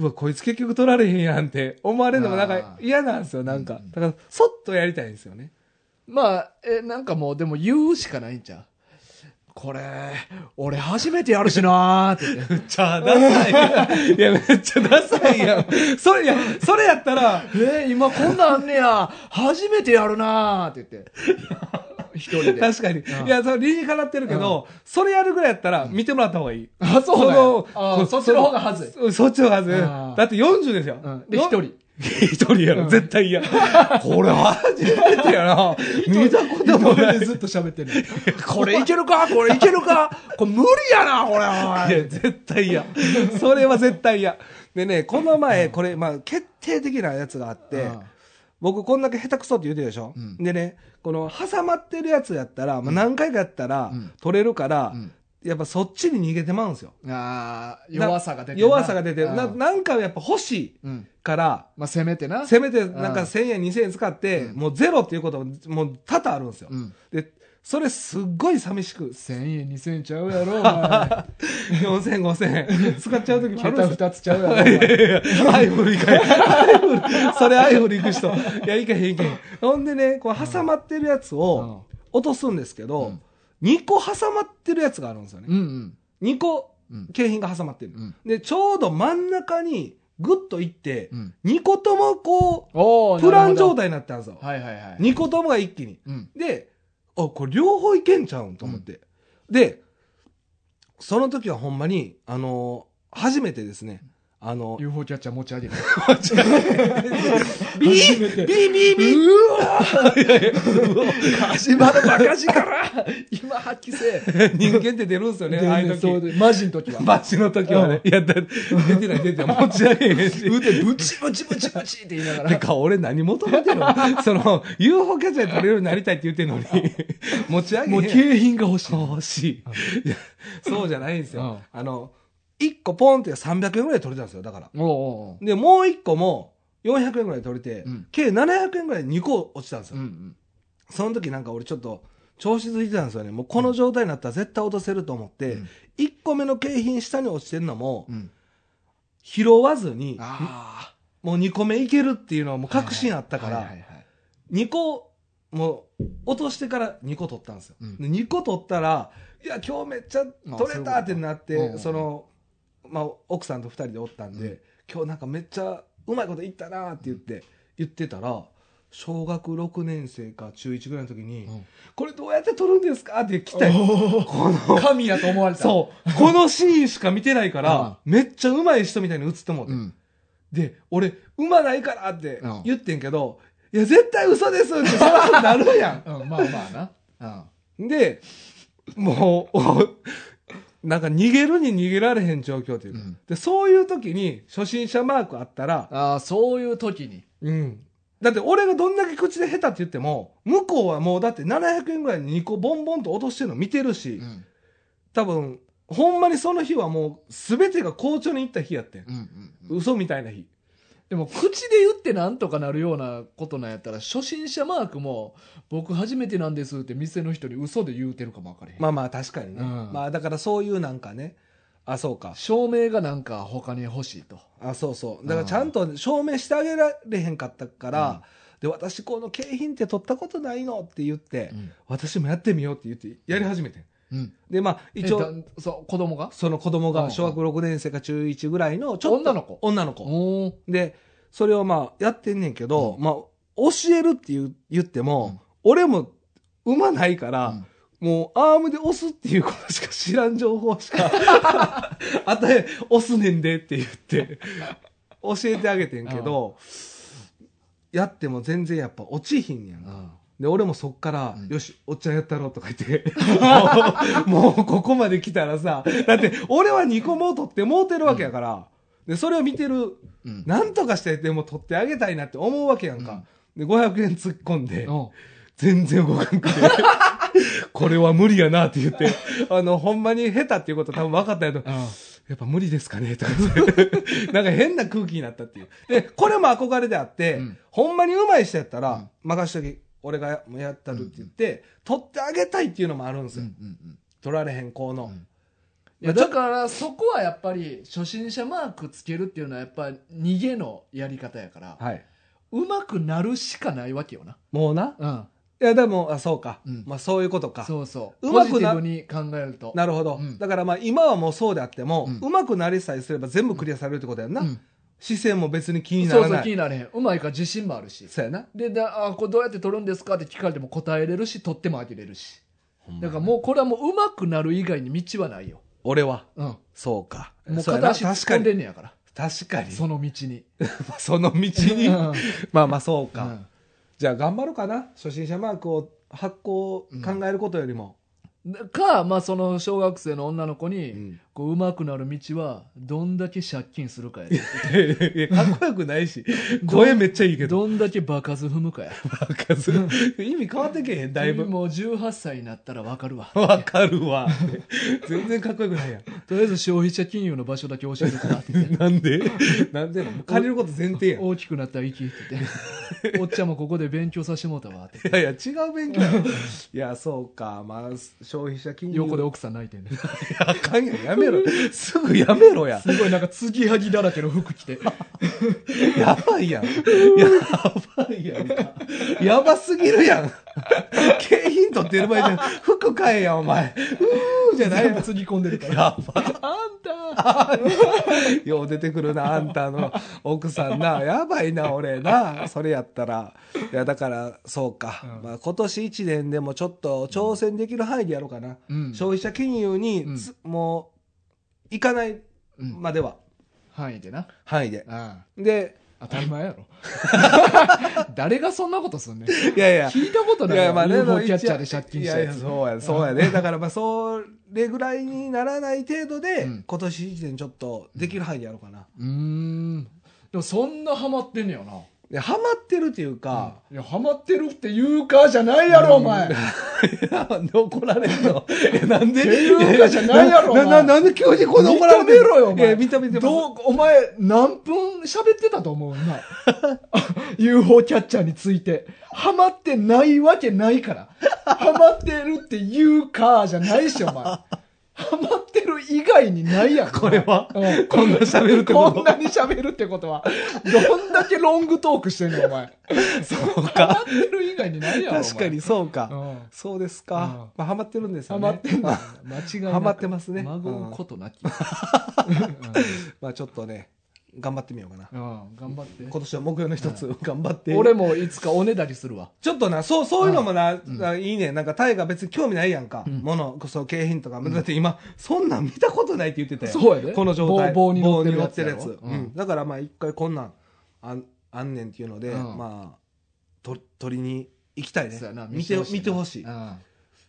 Speaker 2: うわ、こいつ結局取られへんやんって思われるのもなん
Speaker 1: あ
Speaker 2: か
Speaker 1: ー
Speaker 2: 嫌なんですよ、なん
Speaker 1: う
Speaker 2: か
Speaker 1: んうん。
Speaker 2: だから、そっとやりたいんですよね。
Speaker 1: まあ、え、なんかもう、でも言うしかないんちゃうこれ、俺初めてやるしなーって言って。
Speaker 2: めっちゃダサいや ん。いや、めっちゃダサいやん。それ、いや、それやったら、
Speaker 1: えー今こんなんあんねや。初めてやるなーって言って。一人で。
Speaker 2: 確かに。
Speaker 1: うん
Speaker 2: いや、それ理にかなってるけど、それやるぐらいやったら見てもらった方がいい。
Speaker 1: あ、そうだよ。あー
Speaker 2: の
Speaker 1: そっちの方がはずい。
Speaker 2: い。そっちの方がはずい。
Speaker 1: あー
Speaker 2: だって40ですよ
Speaker 1: うん。で、一。人。
Speaker 2: 一人やろ、絶対嫌。これ初めて やな。見たこともない。
Speaker 1: でずっと喋ってる。これいけるかこれいけるかこれ無理やなこれ
Speaker 2: いや、絶対嫌。それは絶対嫌。でね、この前、これ、まあ、決定的なやつがあって、
Speaker 1: うん
Speaker 2: 僕、こんだけ下手くそって言うてるでしょ、
Speaker 1: うん
Speaker 2: でね、この、挟まってるやつやったら、まあ、何回かやったら
Speaker 1: うん、
Speaker 2: 取れるから、
Speaker 1: うん
Speaker 2: やっぱそっちに逃げてまうんですよ。
Speaker 1: あー弱さが出てるな
Speaker 2: 弱さが出てる。な
Speaker 1: うん
Speaker 2: なんかやっぱ欲しい
Speaker 1: うん。
Speaker 2: から、
Speaker 1: まあ、せめてな。
Speaker 2: せめてなんか
Speaker 1: うん
Speaker 2: 1000円、2000円使って、
Speaker 1: うん
Speaker 2: もうゼロっていうことも、もう多々あるんですよ。
Speaker 1: うん。
Speaker 2: で、それすっごい寂しく、
Speaker 1: 1000円、2000円ちゃうやろ、お 前。
Speaker 2: 4000円、5000円、 使っちゃう時もあるん
Speaker 1: 桁
Speaker 2: ですよ。
Speaker 1: 2つちゃうやろ、お
Speaker 2: いや
Speaker 1: 前。
Speaker 2: いやいやアイフル行かへん。アイフルそれアイフル行く人。いや、行かへん行かへん。ほんでね、こう挟まってるやつを落とすんですけ
Speaker 1: う
Speaker 2: ど
Speaker 1: ん、
Speaker 2: 2個挟まってるやつがあるんですよね。
Speaker 1: うんうん。
Speaker 2: 2個
Speaker 1: うん
Speaker 2: 景品が挟まってる
Speaker 1: う。ん。
Speaker 2: で、ちょうど真ん中にグッと行って
Speaker 1: う、ん。
Speaker 2: 2個ともこ
Speaker 1: お
Speaker 2: う、
Speaker 1: ー
Speaker 2: プラン状。
Speaker 1: なる
Speaker 2: 態になったんですよ
Speaker 1: ほど。はいはいはい。
Speaker 2: 2個ともが一気に。
Speaker 1: うん。
Speaker 2: で、あ、これ両方いけんちゃうんと思って。で、その時はほんまに、あのー初めてですね、あ の
Speaker 1: UFO キャッチャー持ち上げる。初め
Speaker 2: ビー
Speaker 1: て
Speaker 2: ビービービー
Speaker 1: うわ始まるばかしから 今発揮せ え。
Speaker 2: 人間って出るんですよね、ああい
Speaker 1: で
Speaker 2: う
Speaker 1: そう
Speaker 2: 時。
Speaker 1: でマジの時は。
Speaker 2: バチの時はね。いや、だ出てない出てない。持ち上げへんし。
Speaker 1: 腕ブチブチブチブチって言いなが
Speaker 2: なん
Speaker 1: ら。
Speaker 2: か俺何求めてるのその、UFO キャッチャーで取れるようになりたいって言ってんのに、持ち上げへん
Speaker 1: も
Speaker 2: や
Speaker 1: うん景品が欲しい。
Speaker 2: 欲しい。いやそうじゃないんですよ。あの、1個ポンって300円ぐらい取れたんですよ、だから。
Speaker 1: おうおう
Speaker 2: で、もう1個も400円ぐらい取れて、
Speaker 1: うん
Speaker 2: 計700円ぐらい2個落ちたんです
Speaker 1: おう。
Speaker 2: よ。
Speaker 1: うんうん。
Speaker 2: その時なんか俺ちょっと調子づいてたんですよね。もうこの状態になったら絶対落とせると思って、
Speaker 1: うん
Speaker 2: 1個目の景品下に落ちてるのも、
Speaker 1: うん。
Speaker 2: 拾わずに、
Speaker 1: あ
Speaker 2: もう2個目いけるっていうのはもう
Speaker 1: あ。
Speaker 2: 確信あったから、
Speaker 1: はいはいはい
Speaker 2: 2個、もう、落としてから2個取ったんですよ。
Speaker 1: うん
Speaker 2: で2個取ったら、いや、今日めっちゃ取れたってなっ
Speaker 1: あそういうこと
Speaker 2: て、
Speaker 1: か
Speaker 2: その、まあ、奥さんと2人でおったんで、
Speaker 1: うん
Speaker 2: 今日なんかめっちゃうまいこといったなって言って、言ってたら、小学6年生か中1ぐらいの時に、
Speaker 1: うん
Speaker 2: これどうやって取るんですかって来たよ。
Speaker 1: おー
Speaker 2: この、
Speaker 1: 神やと思われた。
Speaker 2: そう、このシーンしか見てないから、めっちゃうまい人みたいに映ってもうて。
Speaker 1: うん。
Speaker 2: で、俺、馬ないからって
Speaker 1: うん
Speaker 2: 言ってんけど、いや、絶対嘘ですって、そらそうなるや
Speaker 1: うん。まあまあな。。
Speaker 2: ん。で、もう、おなんか逃げるに逃げられへん状況といううん
Speaker 1: う
Speaker 2: か。
Speaker 1: ん。
Speaker 2: で、そういう時に初心者マークあったら、
Speaker 1: ああ、そういう時に。
Speaker 2: うん。だって俺がどんだけ口で下手って言っても、向こうはもうだって700円ぐらいに2個ボンボンと落としてるの見てるし、
Speaker 1: ん。
Speaker 2: 多分、ほんまにその日はもう全てが校長に行った日やってん。
Speaker 1: うんうんうん。
Speaker 2: 嘘みたいな日。
Speaker 1: でも口で言ってなんとかなるようなことなんやったら初心者マークも僕初めてなんですって店の人に嘘で言うてるかも分かれへん、
Speaker 2: まあまあ確かにね。
Speaker 1: うん
Speaker 2: まあだからそういうなんかね、あ、そうか。
Speaker 1: 証明がなんか他に欲しいと
Speaker 2: あそうそうだからちゃんと証明してあげられへんかったから、で私この景品って取ったことないのって言って、
Speaker 1: ん、
Speaker 2: 私もやってみようって言ってやり始めてん
Speaker 1: うん、
Speaker 2: でまあ一
Speaker 1: 一応
Speaker 2: 応
Speaker 1: そう子供が
Speaker 2: その子供
Speaker 1: う
Speaker 2: が
Speaker 1: ん
Speaker 2: 小学6年生か中1ぐらいのちょっと
Speaker 1: 女の子
Speaker 2: 女の子
Speaker 1: おー
Speaker 2: でそれをまあやってんねんけど、
Speaker 1: う
Speaker 2: まあ教えるって言う言っても、俺も馬ないから、
Speaker 1: うん
Speaker 2: もう、アームで押すっていうことしか知らん情報しか、 あたえ、押すねんでって言って、教えてあげてんけど、やっても全然やっぱ落ちひんねやん
Speaker 1: う
Speaker 2: か。
Speaker 1: ん
Speaker 2: で、俺もそっから、
Speaker 1: うん
Speaker 2: よし、おっちゃんやったろとか言って、 もう、もうここまで来たらさ、だって、俺は2個も取ってもうてるわけやから、で、それを見てる、
Speaker 1: うん
Speaker 2: なんとかしてでも取ってあげたいなって思うわけやんか。で、500円突っ込んで、
Speaker 1: お
Speaker 2: 全然動かんくて。 これは無理やなって言って、あの、ほんまに下手っていうこと多分分かったやと、やっぱ無理ですかねとか言って、なんか変な空気になったっていう。で、これも憧れであって、
Speaker 1: うん
Speaker 2: ほんまに上手い人やったら、
Speaker 1: うん
Speaker 2: 任しとき、俺がやったるって言って、取ってあげたいっていうのもあるんです
Speaker 1: うんう
Speaker 2: よ。
Speaker 1: んうん
Speaker 2: 取られへんこうの。
Speaker 1: うんいやだからそこはやっぱり初心者マークつけるっていうのはやっぱ逃げのやり方やから
Speaker 2: はい。
Speaker 1: うまくなるしかないわけよな
Speaker 2: もうな。
Speaker 1: うん
Speaker 2: いや、でも、あ、そうか。
Speaker 1: うん
Speaker 2: まあ、そういうことか。
Speaker 1: そうそう
Speaker 2: う
Speaker 1: う
Speaker 2: ま
Speaker 1: ま
Speaker 2: く
Speaker 1: くな
Speaker 2: な
Speaker 1: ポジティブに考えると
Speaker 2: なるほど。
Speaker 1: うん
Speaker 2: だからまあ、今はもうそうであっても、
Speaker 1: うん
Speaker 2: うまくなりさえすれば全部クリアされるってことやんな。
Speaker 1: うん
Speaker 2: 姿勢も別に気にな
Speaker 1: そ
Speaker 2: ら
Speaker 1: うそう
Speaker 2: ない。
Speaker 1: 気になれへんうまいから自信もあるし
Speaker 2: そうやな。
Speaker 1: でだあこれどうやって取るんですかって聞かれても答えれるし取ってもあげれるしだからもうこれはもううまくなる以外に道はないよ、
Speaker 2: 俺は。
Speaker 1: うん、も
Speaker 2: そうか。
Speaker 1: う
Speaker 2: そう
Speaker 1: 片
Speaker 2: やな
Speaker 1: 足突っ
Speaker 2: 確か
Speaker 1: 込んで
Speaker 2: に。
Speaker 1: んねやから
Speaker 2: 確かに。
Speaker 1: その道に。
Speaker 2: その道に。
Speaker 1: うん
Speaker 2: まあまあそう
Speaker 1: う
Speaker 2: か。
Speaker 1: ん
Speaker 2: じゃあ頑張ろうかな。初心者マークを発行、
Speaker 1: うん
Speaker 2: 考えることよりも。
Speaker 1: か、まあ、その小学生の女の子に、
Speaker 2: うん
Speaker 1: こう上手くなる道はどんだけ借金するかやで
Speaker 2: いやかっこよくないし。声めっちゃいいけど。
Speaker 1: どんだけ場数踏む かや
Speaker 2: バカする意味変わってけ へん、だいぶ。
Speaker 1: もう18歳になったら分かるわ
Speaker 2: わかるわ。全然かっこよくないや ん。
Speaker 1: とりあえず消費者金融の場所だけ教えるからって 言って
Speaker 2: なんでなんで借りること前提やん。い
Speaker 1: 大きくなったら息って言っておっちゃんもここで勉強させてもうたわって
Speaker 2: やいや、違う勉強やろいや、そうか。まあ、消費者金融。
Speaker 1: 横で奥さん泣いてんね
Speaker 2: あかんやん。やめろ。すぐやめろ や。
Speaker 1: すごいなんか継ぎはぎだらけの服着 て
Speaker 2: やばいやん。やばいやんか。やばすぎるやん。景品取ってる場合じゃん。服買えや、お前。うーじゃない
Speaker 1: 全
Speaker 2: や
Speaker 1: 部
Speaker 2: ん
Speaker 1: つぎ込んでるから
Speaker 2: やば
Speaker 1: あん
Speaker 2: い。よう出てくるな、あんたの奥さんな。やばいな、俺な。それやったら。いや、だから、そうか。
Speaker 1: うん
Speaker 2: まあ、今年1年でもちょっと挑戦できる範囲でやろうかな。
Speaker 1: たうん
Speaker 2: 消費者金融につ、もう、行かない
Speaker 1: うん
Speaker 2: までは。
Speaker 1: 範囲でな
Speaker 2: 範囲で。
Speaker 1: あ
Speaker 2: で、
Speaker 1: あ当たり前や ろ誰がそんなことすんねん
Speaker 2: いやいや。
Speaker 1: 聞いたことない
Speaker 2: いやまあね
Speaker 1: UFO キャッチャーで借金した
Speaker 2: いや
Speaker 1: や
Speaker 2: いや
Speaker 1: つ
Speaker 2: そうやそうやねだからまあそれぐらいにならない程度で、
Speaker 1: うん
Speaker 2: 今年一年ちょっとできる範囲でやろうかな、
Speaker 1: うーんでもそんなハマってんねやな
Speaker 2: でハマってるっていうか、
Speaker 1: いやハマってるって言うかじゃないやろお 前
Speaker 2: なんで怒られ るのえなん
Speaker 1: っ
Speaker 2: で
Speaker 1: ていうかじゃないやろ
Speaker 2: な
Speaker 1: お前
Speaker 2: ななんで急にこんな怒られ
Speaker 1: 認め
Speaker 2: る
Speaker 1: ろよお前
Speaker 2: いや認めてます
Speaker 1: どうお前何分喋ってたと思うな UFO キャッチャーについてハマってないわけないからハマってるって言うかじゃないしお前ハマってる以外にないやん
Speaker 2: これは、
Speaker 1: お前うん
Speaker 2: こんな喋るって
Speaker 1: こ
Speaker 2: こ
Speaker 1: ん
Speaker 2: と
Speaker 1: なに喋るってことはどんだけロングトークしてんのお前
Speaker 2: そう
Speaker 1: ハマ
Speaker 2: か
Speaker 1: ってる以外にないやろお前
Speaker 2: 確かにそうか、
Speaker 1: うん
Speaker 2: そうです
Speaker 1: うん
Speaker 2: か、まあ、ハマってるんです
Speaker 1: ハ
Speaker 2: よね
Speaker 1: マってんだ間違いなく
Speaker 2: ハマってますね
Speaker 1: 孫うことなき、うん
Speaker 2: まあちょっとね頑張ってみようかな
Speaker 1: うん頑張って
Speaker 2: 今年は目標の一つ、頑張って
Speaker 1: 俺もいつかおねだりするわ
Speaker 2: ちょっとな、そう、そういうのもな、
Speaker 1: うん
Speaker 2: あいいね。なんか、タイが別に興味ないやんか。
Speaker 1: うん
Speaker 2: もの、こそ景品とか。だって今、そんなん見たことないって言ってたよ。
Speaker 1: そうやで
Speaker 2: この状態。
Speaker 1: 棒棒に乗ってるやつ
Speaker 2: 棒
Speaker 1: やろ
Speaker 2: に乗ってるやつ
Speaker 1: うん
Speaker 2: うんだから、まあ、一回こんなん、あん、あんねんっていうので、
Speaker 1: うん
Speaker 2: まあ、と、取りに行きたいね
Speaker 1: そうやな。
Speaker 2: 見て、見てほしい
Speaker 1: な。うん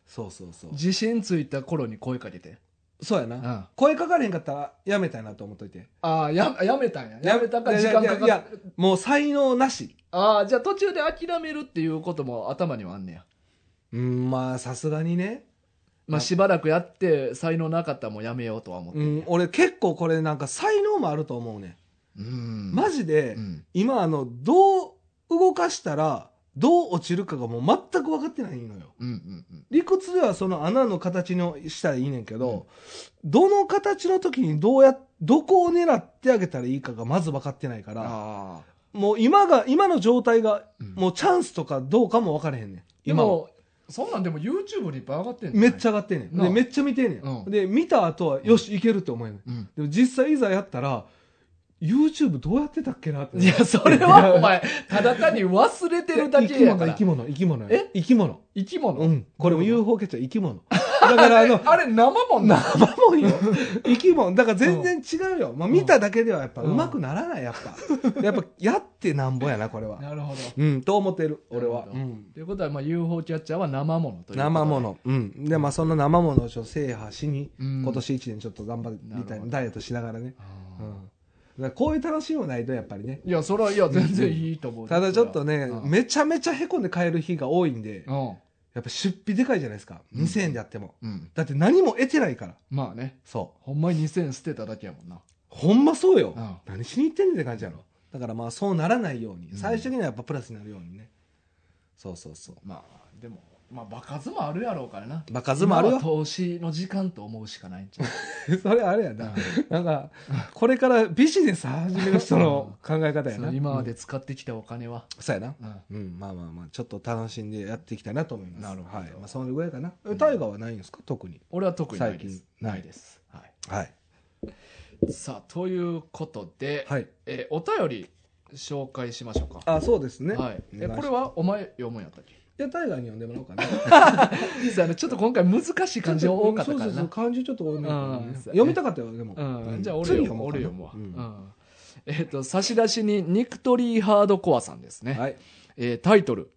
Speaker 2: そうそうそう。
Speaker 1: 自信ついた頃に声かけて、
Speaker 2: そうや
Speaker 1: うん
Speaker 2: な。
Speaker 1: あ
Speaker 2: 声かかれへんかったら、やめたいなと思っといて。
Speaker 1: あややめたんややめたか
Speaker 2: い
Speaker 1: 時
Speaker 2: や
Speaker 1: 間
Speaker 2: いや
Speaker 1: か
Speaker 2: いや
Speaker 1: かっ
Speaker 2: いやもう才能なし。
Speaker 1: ああじゃあ途中で諦めるっていうことも頭にはあんねや
Speaker 2: うん、まあ、さすがにね。
Speaker 1: まあしばらくやって才能なかったらもうやめようとは思って
Speaker 2: うん、俺結構これなんか才能もあると思うね。
Speaker 1: うん
Speaker 2: マジで、
Speaker 1: うん
Speaker 2: 今あのどう動かしたらどう落ちるかがもう全く分かってないのよ
Speaker 1: うんうんうん
Speaker 2: 理屈ではその穴の形にしたらいいねんけど、どの形の時にどうやどこを狙ってあげたらいいかがまず分かってないから
Speaker 1: ああ
Speaker 2: もう今が今の状態が
Speaker 1: うん
Speaker 2: もうチャンスとかどうかも分からへんねん
Speaker 1: で
Speaker 2: 今は
Speaker 1: もそんなんでも YouTube にいっぱい上がってん
Speaker 2: めっち
Speaker 1: ゃ
Speaker 2: ゃ上がってんねん
Speaker 1: なあ
Speaker 2: でめっちゃ見てんねん、
Speaker 1: うん
Speaker 2: で見た後はよしいけるって思えんねん
Speaker 1: うん
Speaker 2: でも実際いざやったら YouTube どうやってたっけなって
Speaker 1: いや、それはお前、ただ単に忘れてるだけやから。
Speaker 2: 生き物、生き物、生き物や
Speaker 1: え。
Speaker 2: 生き物。
Speaker 1: 生き物。
Speaker 2: うん。これも UFO キャッチャー生き物。だから あの、
Speaker 1: あれ、生もんな。
Speaker 2: 生もんよ。生き物。だから全然違うよ。まあ
Speaker 1: うん
Speaker 2: 見ただけではやっぱ
Speaker 1: うん
Speaker 2: うまくならない、やっ ぱ。やっぱやってなんぼやな、これは。
Speaker 1: なるほど。
Speaker 2: うん、と思ってる、俺は。
Speaker 1: なる
Speaker 2: う
Speaker 1: ほど
Speaker 2: ん。
Speaker 1: ということは、まあ、UFO キャッチャーは生ものということで
Speaker 2: 生も。の。うん。で、まあそんな生ものをちょっと制覇しに、
Speaker 1: うん
Speaker 2: 今年一年ちょっと頑張り
Speaker 1: なる
Speaker 2: た
Speaker 1: ほ
Speaker 2: い。
Speaker 1: ど
Speaker 2: ダイエットしながらね。
Speaker 1: あ
Speaker 2: う
Speaker 1: ー
Speaker 2: ん。だからこういう楽しみもないと、やっぱりね。
Speaker 1: いや、それは、いや、全然いいと思う。
Speaker 2: ただちょっとね
Speaker 1: う、ん
Speaker 2: めちゃめちゃ凹んで帰る日が多いんで、
Speaker 1: うん。
Speaker 2: やっぱ出費でかいじゃないですか。
Speaker 1: うん
Speaker 2: 2000円であっても。
Speaker 1: うん。
Speaker 2: だって何も得てないから。
Speaker 1: まあね、
Speaker 2: そう。
Speaker 1: ほんまに2000捨てただけやもんな。
Speaker 2: ほんまそうよ。
Speaker 1: うん
Speaker 2: 何しに行ってんねんって感じやろ。だからまあそうならないように。
Speaker 1: うん
Speaker 2: 最終的にはやっぱプラスになるようにね。そうそうそう。
Speaker 1: まあ、でも、まあ、場数もあるやろうからな。
Speaker 2: 場数もある
Speaker 1: 今は
Speaker 2: よ。
Speaker 1: 投資の時間と思うしかないんちゃ
Speaker 2: それあれや
Speaker 1: う
Speaker 2: な。なんか、これからビジネス始める人の考え方や
Speaker 1: その
Speaker 2: な。
Speaker 1: 今ま
Speaker 2: う
Speaker 1: で使ってきたお金は。
Speaker 2: ん。そうやな。
Speaker 1: うん
Speaker 2: うん、まあまあまあ、ちょっと楽しんでやっていきたいなと思います。
Speaker 1: なるほど
Speaker 2: はい。まあそのぐらいかな。
Speaker 1: う
Speaker 2: え、
Speaker 1: ん
Speaker 2: 大河はないんですか特に。
Speaker 1: 俺は特にないで
Speaker 2: 最
Speaker 1: す。
Speaker 2: 近な
Speaker 1: な
Speaker 2: い
Speaker 1: いです。はい。
Speaker 2: はい。
Speaker 1: さあ、ということで、
Speaker 2: はい。
Speaker 1: えーお便り紹介しましょうか。
Speaker 2: あ、そうですね。
Speaker 1: はい、
Speaker 2: お願い
Speaker 1: え
Speaker 2: しま
Speaker 1: こ
Speaker 2: す
Speaker 1: れはお前読むんやったっけ
Speaker 2: じゃあ大河に呼んでもらおうかな。
Speaker 1: そうあのちょっと今回難しい 感じ多かったから
Speaker 2: そうそうそう
Speaker 1: な
Speaker 2: 漢字ちょっと多めだったからね
Speaker 1: うん
Speaker 2: 読みたかったよでも、
Speaker 1: うんじゃあ俺
Speaker 2: 次
Speaker 1: 読
Speaker 2: 読
Speaker 1: む
Speaker 2: もうか
Speaker 1: 俺
Speaker 2: な
Speaker 1: 読むわ、うん
Speaker 2: うん
Speaker 1: えっと、差出にニクトリーハードコアさんですね。
Speaker 2: はい。
Speaker 1: えータイトル、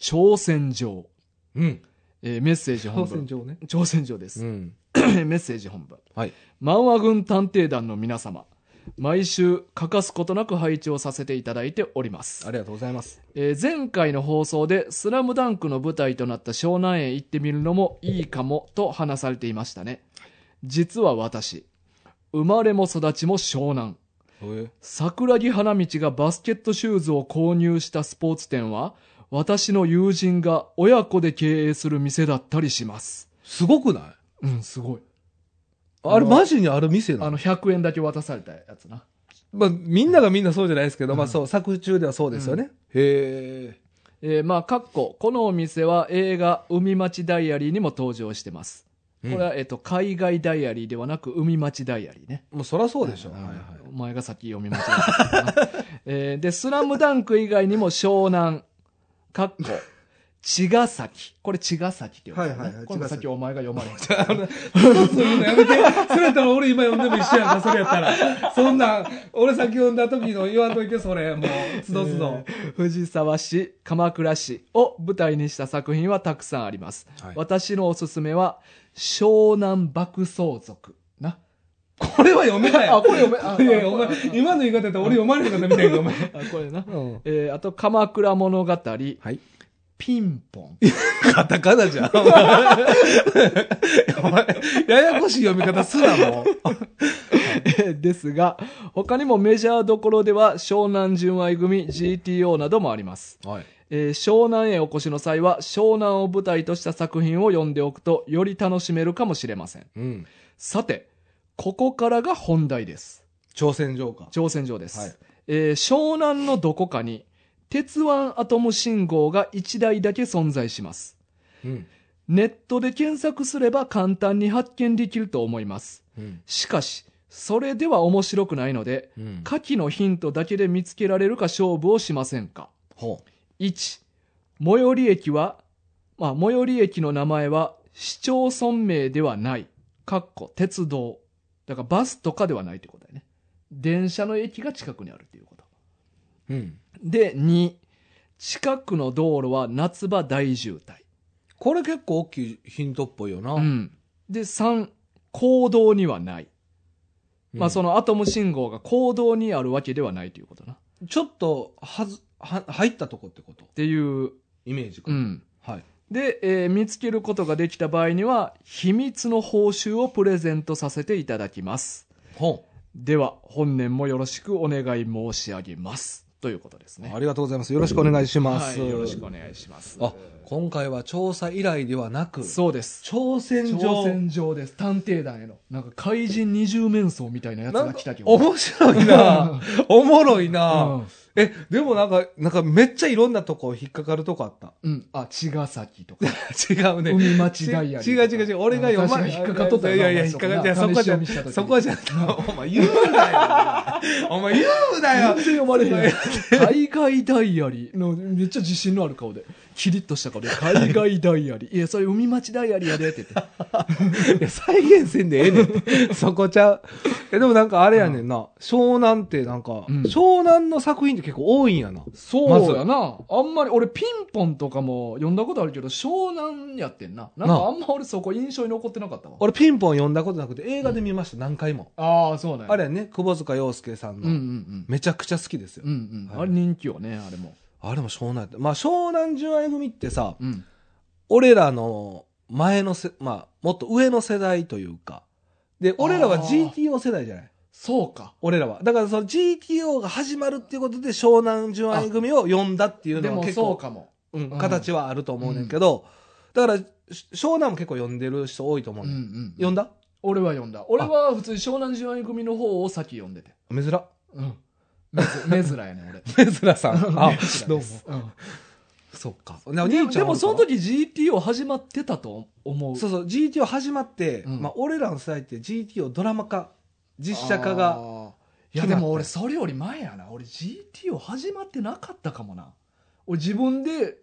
Speaker 1: 挑戦状。
Speaker 2: うん。
Speaker 1: えーメッセージ本
Speaker 2: 挑戦
Speaker 1: 文。
Speaker 2: 状ね。
Speaker 1: 挑戦状です。
Speaker 2: ん。
Speaker 1: メッセージ本文。
Speaker 2: はい。
Speaker 1: 漫画軍探偵団の皆様、毎週欠かすことなく配置をさせていただいております
Speaker 2: あ。りがとうございます。
Speaker 1: えー前回の放送で「スラムダンクの舞台となった湘南へ行ってみるのもいいかもと話されていましたね実は私生まれも育ちも湘南
Speaker 2: え
Speaker 1: 桜木花道がバスケットシューズを購入したスポーツ店は私の友人が親子で経営する店だったりします
Speaker 2: すごくない
Speaker 1: うんすごい
Speaker 2: あ
Speaker 1: あ
Speaker 2: れ、
Speaker 1: の
Speaker 2: マジにある店な
Speaker 1: あ
Speaker 2: の
Speaker 1: の100円だけ渡されたやつな
Speaker 2: まあ、みんながみんなそうじゃないですけど、まあ
Speaker 1: うん
Speaker 2: そう、作中ではそうですよね。へえ。
Speaker 1: えーまあかっここのお店は映画「海町ダイアリー」にも登場してますこれは、えっと、海外ダイアリーではなく、海町ダイアリーね。
Speaker 2: もうそらそうでしょ。
Speaker 1: ん
Speaker 2: はいはい
Speaker 1: お前が先読み間違えたからな えーで、スラムダンク以外にも湘南、かっこ、茅ヶ崎。これ茅ヶ崎って呼ぶ、ね。
Speaker 3: はいはいはい
Speaker 1: この
Speaker 3: 茅ヶ
Speaker 1: 先
Speaker 3: 崎
Speaker 1: お前が読まれへん。
Speaker 2: そういうのやめて。それやったら俺今読んでも一緒やんか、それやったら。そんなん、俺先読んだ時の言わんといて、それ。もう、つどつど。
Speaker 1: えー 藤沢市、鎌倉市を舞台にした作品はたくさんあります。
Speaker 2: はい
Speaker 1: 私のおすすめは、湘南爆走族。な。
Speaker 2: これは読めない。
Speaker 1: あこれ読めあ
Speaker 2: いやいや、お前、今の言い方やったら俺読まれへんかったみたいやけど、お前。
Speaker 1: あ、これな。
Speaker 2: うん。
Speaker 1: えーあと、鎌倉物語、
Speaker 2: はい。
Speaker 1: ピンポン。
Speaker 2: カタカナじ ゃん。お前お前ややこしい読み方すな、もう。
Speaker 1: ですが、他にもメジャーどころでは湘南純愛組 GTO などもあります。
Speaker 2: はい。
Speaker 1: えー湘南へお越しの際は湘南を舞台とした作品を読んでおくとより楽しめるかもしれません。
Speaker 2: うん。
Speaker 1: さて、ここからが本題です。
Speaker 2: 挑戦状か。
Speaker 1: 挑戦状です。
Speaker 2: はい
Speaker 1: えー湘南のどこかに鉄腕アトム信号が1台だけ存在します。
Speaker 2: うん。
Speaker 1: ネットで検索すれば簡単に発見できると思います。
Speaker 2: うん。
Speaker 1: しかし、それでは面白くないので、
Speaker 2: うん
Speaker 1: 下記のヒントだけで見つけられるか勝負をしませんか
Speaker 2: ほ
Speaker 1: 1最寄り駅は、まあ、最寄り駅の名前は市町村名ではないかっこ鉄道だからバスとかではないってことだよね電車の駅が近くにあるっていうこと
Speaker 2: う。うん。
Speaker 1: で2近くの道路は夏場大渋滞
Speaker 2: これ結構大きいヒントっぽいよな。
Speaker 1: うんで3行動にはない、まあそ
Speaker 2: の、
Speaker 1: のアトム信号が行動にあるわけではないということなっ
Speaker 2: ちょっと、はず、は、入ったとこってこと
Speaker 1: ていう
Speaker 2: イメージか。
Speaker 1: うん
Speaker 2: はい。
Speaker 1: で、えー見つけることができた場合には、秘密の報酬をプレゼントさせていただきます。
Speaker 2: ほ
Speaker 1: では、本年もよろしくお願い申し上げます。ということです
Speaker 2: う、
Speaker 1: ね。
Speaker 2: ありがとうございます。よろしくお願いしま
Speaker 1: は
Speaker 2: す。
Speaker 1: い、よろしくお願いします。
Speaker 2: あ、今回は調査依頼ではなく、
Speaker 1: そうです。
Speaker 2: 挑戦
Speaker 1: 挑
Speaker 2: 状。
Speaker 1: 戦状です。探偵団への。なんか怪人二重面相みたいなやつ
Speaker 2: な
Speaker 1: が
Speaker 2: んか
Speaker 1: 来たけど。
Speaker 2: 面白い なおもろいな、
Speaker 1: うん
Speaker 2: え、でもなんか、なんかめっちゃいろんなとこ引っかかるとこあった。
Speaker 1: うん。あ、茅ヶ崎と か。
Speaker 2: 違うね。
Speaker 1: 海町
Speaker 2: ち
Speaker 1: ダイアリー
Speaker 2: 違う違う違う。俺が読ま
Speaker 1: 確かに引っかかっとったよ
Speaker 2: い
Speaker 1: な
Speaker 2: やいや、
Speaker 1: お前
Speaker 2: 引っかかっいやそ
Speaker 1: そこな試
Speaker 2: こじ
Speaker 1: し読みした
Speaker 2: ゃ、
Speaker 1: 時
Speaker 2: そこじゃ、お前言うなよ。お前言うなよ
Speaker 1: 全。然読まれへん。 海外ダイアリーの、めっちゃ自信のある顔で。キリッとした顔で、海外ダイアリー。いや、それ海町ダイアリーやでって言って。
Speaker 2: いや再現せんでええねんって。そこちゃう。え、でもなんかあれやねんな。湘南ってなんか、
Speaker 1: うん
Speaker 2: 湘南の作品って結構多いんやな。
Speaker 1: そうやな。あんまり、俺、ピンポンとかも読んだことあるけど、湘南やってんな。なん
Speaker 2: な
Speaker 1: か
Speaker 2: あ
Speaker 1: あんま俺そこ印象に残ってなかったわ。
Speaker 2: 俺ピンポン読んだことなくて映画で見ました、何回も。
Speaker 1: ああ、そうね。
Speaker 2: あれやね、窪塚洋介さん
Speaker 1: うんうんう
Speaker 2: の。
Speaker 1: ん。
Speaker 2: めちゃくちゃ好きですよ
Speaker 1: うん。うん。
Speaker 2: は
Speaker 1: あ
Speaker 2: い
Speaker 1: れ人気よね、あれも。
Speaker 2: あれも湘南やって。まあ湘南純愛組ってさ、
Speaker 1: うん。
Speaker 2: 俺らの前のせ、まあ、もっと上の世代というか。で、俺らは
Speaker 1: あー
Speaker 2: GTO 世代じゃない
Speaker 1: そうか。
Speaker 2: 俺らは。だからその GTO が始まるっていうことで湘南純愛組を呼んだっていう
Speaker 1: で
Speaker 2: のは
Speaker 1: も
Speaker 2: 結構。
Speaker 1: そうかも。
Speaker 2: うん、
Speaker 1: うん
Speaker 2: 形はあると思うねんけど、だから、し湘南も結構読んでる人多いと思
Speaker 1: う
Speaker 2: うん
Speaker 1: う
Speaker 2: ねん。
Speaker 1: んう
Speaker 2: 読
Speaker 1: ん。
Speaker 2: んだ
Speaker 1: 俺は読んだ。俺は普通に湘南純愛組の方を先読んでて。
Speaker 2: めずら。
Speaker 1: うん。めず、 めずらやね、俺。
Speaker 2: めずらさん。 あ、どうも。
Speaker 1: うん
Speaker 2: そっか。
Speaker 1: ででもその
Speaker 2: 時
Speaker 1: 時 GTO 始まってたと思う
Speaker 2: そうそう、GTO 始まって、
Speaker 1: うん
Speaker 2: まあ、俺らの世代って GTO ドラマ化、実写化
Speaker 1: あ
Speaker 2: が、
Speaker 1: ーいやでも俺それより前やな俺 GTO 始まってなかったかもな俺自分で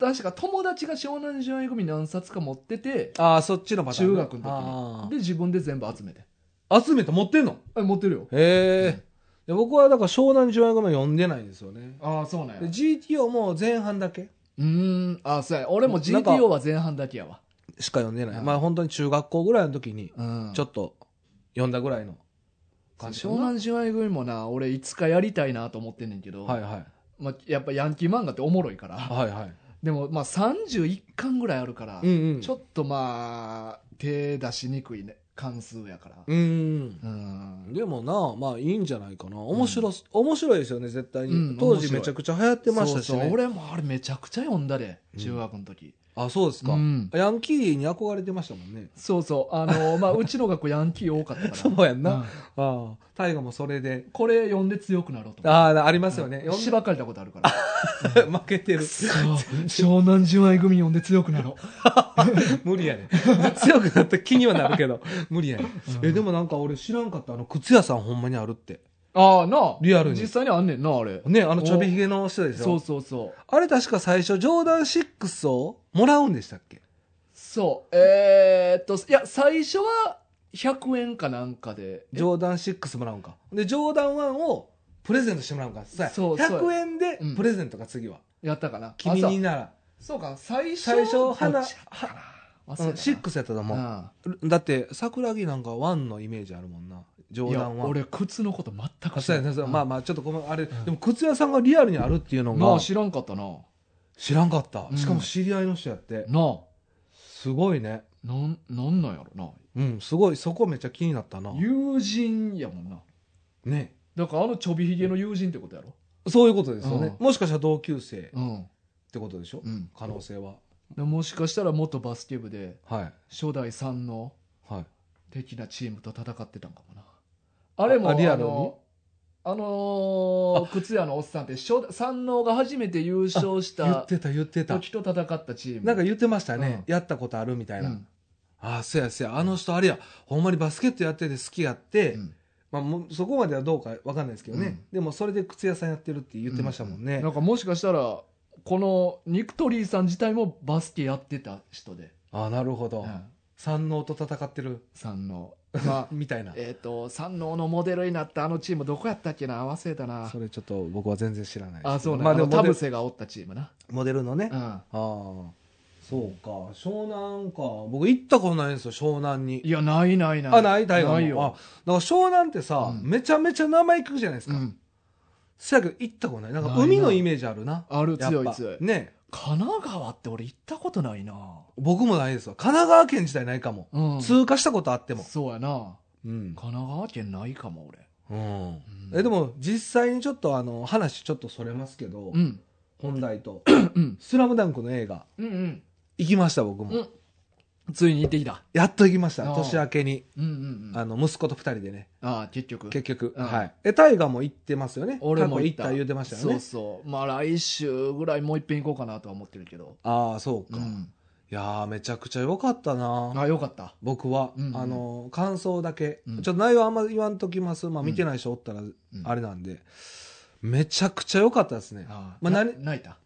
Speaker 1: 確か友達が湘南純愛組何冊か持ってて
Speaker 2: ああ、そっちのパターン
Speaker 1: 中
Speaker 2: ね。
Speaker 1: 学の時に
Speaker 2: に。
Speaker 1: で自分で全部集めて
Speaker 2: 集めて持ってんの
Speaker 1: あ持ってるよ
Speaker 2: へえ、で僕はだから湘南十和子も読んでないんですよね
Speaker 1: ああ、そうなん
Speaker 2: で
Speaker 1: や。
Speaker 2: GTO も前半だけ
Speaker 1: うーん、ああ、そうや。俺も
Speaker 2: なんか
Speaker 1: GTO は前半だけやわ。
Speaker 2: しか読んでない、
Speaker 1: うん
Speaker 2: まあ本当に中学校ぐらいの時に
Speaker 1: うん。
Speaker 2: ちょっと読んだぐらいの感じか
Speaker 1: 湘
Speaker 2: な
Speaker 1: 南島愛組もな、俺いつかやりたいなと思ってんねんけど、
Speaker 2: はいはい
Speaker 1: まあ、やっぱヤンキー漫画っておもろいから、
Speaker 2: はいはい
Speaker 1: でもまあ31巻ぐらいあるから、
Speaker 2: うんうん
Speaker 1: ちょっとまあ、手出しにくいね、関数やから。
Speaker 2: うんうん
Speaker 1: うん。
Speaker 2: でもなまあいいんじゃないかな面白す、面白いですよね絶対に、
Speaker 1: うん
Speaker 2: 当
Speaker 1: 面
Speaker 2: 時
Speaker 1: 白い
Speaker 2: めちゃくちゃ流行ってましたし、
Speaker 1: そ
Speaker 2: ね、
Speaker 1: うそう、俺もあれめちゃくちゃ読んだで、
Speaker 2: うん
Speaker 1: 中学の時。
Speaker 2: あそうですか、
Speaker 1: うん
Speaker 2: ヤンキーに憧れてましたもんね
Speaker 1: そうそう、あの、まあ、うちの学校ヤンキー多かったから。
Speaker 2: そうやんな、
Speaker 1: うん
Speaker 2: ああ大河もそれで
Speaker 1: これ読んで強くなろうと思って。
Speaker 2: ああありますよね、
Speaker 1: うん
Speaker 2: 読ん
Speaker 1: 縛かれたことあるから。
Speaker 2: 負けてる
Speaker 1: 湘南純愛組読んで強くなろ
Speaker 2: 無理やね強くなった気にはなるけど無理やね、
Speaker 1: うん
Speaker 2: えでもなんか俺知らんかったあの靴屋さんほんまにあるって
Speaker 1: う。ああ、なあ。
Speaker 2: リアルに
Speaker 1: 実際にあんねんな、あれ。
Speaker 2: ねあのちょびひげの人でしょ
Speaker 1: そうそうそう。
Speaker 2: あれ確か最初ジョーダン6をもらうんでしたっけ
Speaker 1: そう。えー、っと、いや、最初は100円かなんかで。
Speaker 2: ジョーダン6もらうんかでジョーダン1をプレゼントしてもらうんかそうや
Speaker 1: そうそう
Speaker 2: 100円でプレゼントか次は、
Speaker 1: やったかな。
Speaker 2: 君
Speaker 1: あ
Speaker 2: になら
Speaker 1: そうそうか、最初。
Speaker 2: 最初花
Speaker 1: どっち
Speaker 2: うん
Speaker 1: 忘れたな
Speaker 2: 6やったと思う、
Speaker 1: あ
Speaker 2: だって桜木なんかワンのイメージあるもんな
Speaker 1: あ
Speaker 2: 冗
Speaker 1: いや、
Speaker 2: 談は
Speaker 1: 俺、靴のこと全
Speaker 2: あ
Speaker 1: く
Speaker 2: そうやねそうやまあ
Speaker 1: あ、
Speaker 2: まあちょっとごめんあれ、
Speaker 1: ん
Speaker 2: でも靴屋さんがリアルにあるっていうの
Speaker 1: な
Speaker 2: が
Speaker 1: あ、知らんかったな。
Speaker 2: 知らんかった、
Speaker 1: うん
Speaker 2: しかも知り合いの人やって
Speaker 1: なあ、
Speaker 2: すごいね
Speaker 1: なん、なんなんやろな。
Speaker 2: うんすごいそこめっちゃ気になったな
Speaker 1: 友人やもんな。
Speaker 2: ね
Speaker 1: だからあのちょびひげの友人ってことやろ。
Speaker 2: そういうことですよね、
Speaker 1: う
Speaker 2: もしかしたら同級生っ
Speaker 1: うん。
Speaker 2: てことでしょ、
Speaker 1: うん。
Speaker 2: 可能性は
Speaker 1: でもしかしたら元バスケ部で
Speaker 2: はい
Speaker 1: 初代三の
Speaker 2: はい
Speaker 1: 的なチームと戦ってたんかもなあれも
Speaker 2: あ
Speaker 1: あ
Speaker 2: リアルに
Speaker 1: のあのー靴屋のおっさんって初代三能が初めて優勝し
Speaker 2: 言
Speaker 1: た
Speaker 2: ってた言ってた
Speaker 1: 時と戦ったチーム
Speaker 2: なんか言ってましたね、
Speaker 1: う
Speaker 2: やったことあるみたいな、
Speaker 1: うん
Speaker 2: ああそうやそうやあの人あれやほんまにバスケットやってて好きやって、
Speaker 1: うん
Speaker 2: まあ、もうそこまではどうかわかんないですけどね、でもそれで靴屋さんやってるって言ってましたもんね、
Speaker 1: なんかもしかしたらこのニクトリーさん自体もバスケやってた人で、
Speaker 2: ああなるほど、
Speaker 1: うん
Speaker 2: 三能と戦ってる
Speaker 1: 三能まあ
Speaker 2: みたいな
Speaker 1: えっ、と三能のモデルになったあのチームどこやったっけな忘れたな
Speaker 2: それちょっと僕は全然知らないです
Speaker 1: あそうなん
Speaker 2: ま
Speaker 1: だ、
Speaker 2: あで
Speaker 1: あ
Speaker 2: も
Speaker 1: の田
Speaker 2: モデル
Speaker 1: 臥がおったチームな
Speaker 2: モデルのね、
Speaker 1: う
Speaker 2: あ
Speaker 1: ん
Speaker 2: あそうか湘南か僕行ったことないんですよ湘南に
Speaker 1: いやないないない
Speaker 2: あない大河も
Speaker 1: ない
Speaker 2: あだ
Speaker 1: よ
Speaker 2: から湘南ってさ、
Speaker 1: うん
Speaker 2: めちゃめちゃ名前聞くじゃないです
Speaker 1: う
Speaker 2: か、
Speaker 1: ん
Speaker 2: せやけど行ったことないなんか
Speaker 1: ないな
Speaker 2: 海のイメージあるな
Speaker 1: ある
Speaker 2: やっぱ
Speaker 1: 強い強い
Speaker 2: ね
Speaker 1: 神奈川って俺行ったことないな
Speaker 2: 僕もないですわ神奈川県自体ないかも、
Speaker 1: うん
Speaker 2: 通過したことあっても
Speaker 1: そうやな
Speaker 2: う
Speaker 1: 神
Speaker 2: ん
Speaker 1: 奈川県ないかも俺
Speaker 2: うん
Speaker 1: うん
Speaker 2: えでも実際にちょっとあの話ちょっとそれますけど、
Speaker 1: うん
Speaker 2: 本題と
Speaker 1: うん
Speaker 2: 「スラムダンクの映画
Speaker 1: うん
Speaker 2: 行きました僕も、
Speaker 1: うんついに行ってきた
Speaker 2: やっと行きました
Speaker 1: ああ
Speaker 2: 年明けに
Speaker 1: うんうんうん
Speaker 2: あの息子と二人でね
Speaker 1: ああ結局
Speaker 2: 結局、
Speaker 1: うん
Speaker 2: はいえ大河も行ってますよね
Speaker 1: 俺も
Speaker 2: 過去
Speaker 1: 行っ
Speaker 2: 行ったた言うてましたよね
Speaker 1: そうそうまあ来週ぐらいもう一遍行こうかなとは思ってるけど
Speaker 2: ああそうか、
Speaker 1: う
Speaker 2: い
Speaker 1: ん
Speaker 2: やーめちゃくちゃ良かったな
Speaker 1: あよかった
Speaker 2: 僕は、
Speaker 1: うんうん
Speaker 2: あの感想だけ、
Speaker 1: うん
Speaker 2: ちょっと内容あんま言わんときます、まあ、見てない人おったらあれなんで、めちゃくちゃ良かったですね
Speaker 1: ああ
Speaker 2: まあ
Speaker 1: な
Speaker 2: 何
Speaker 1: 泣いた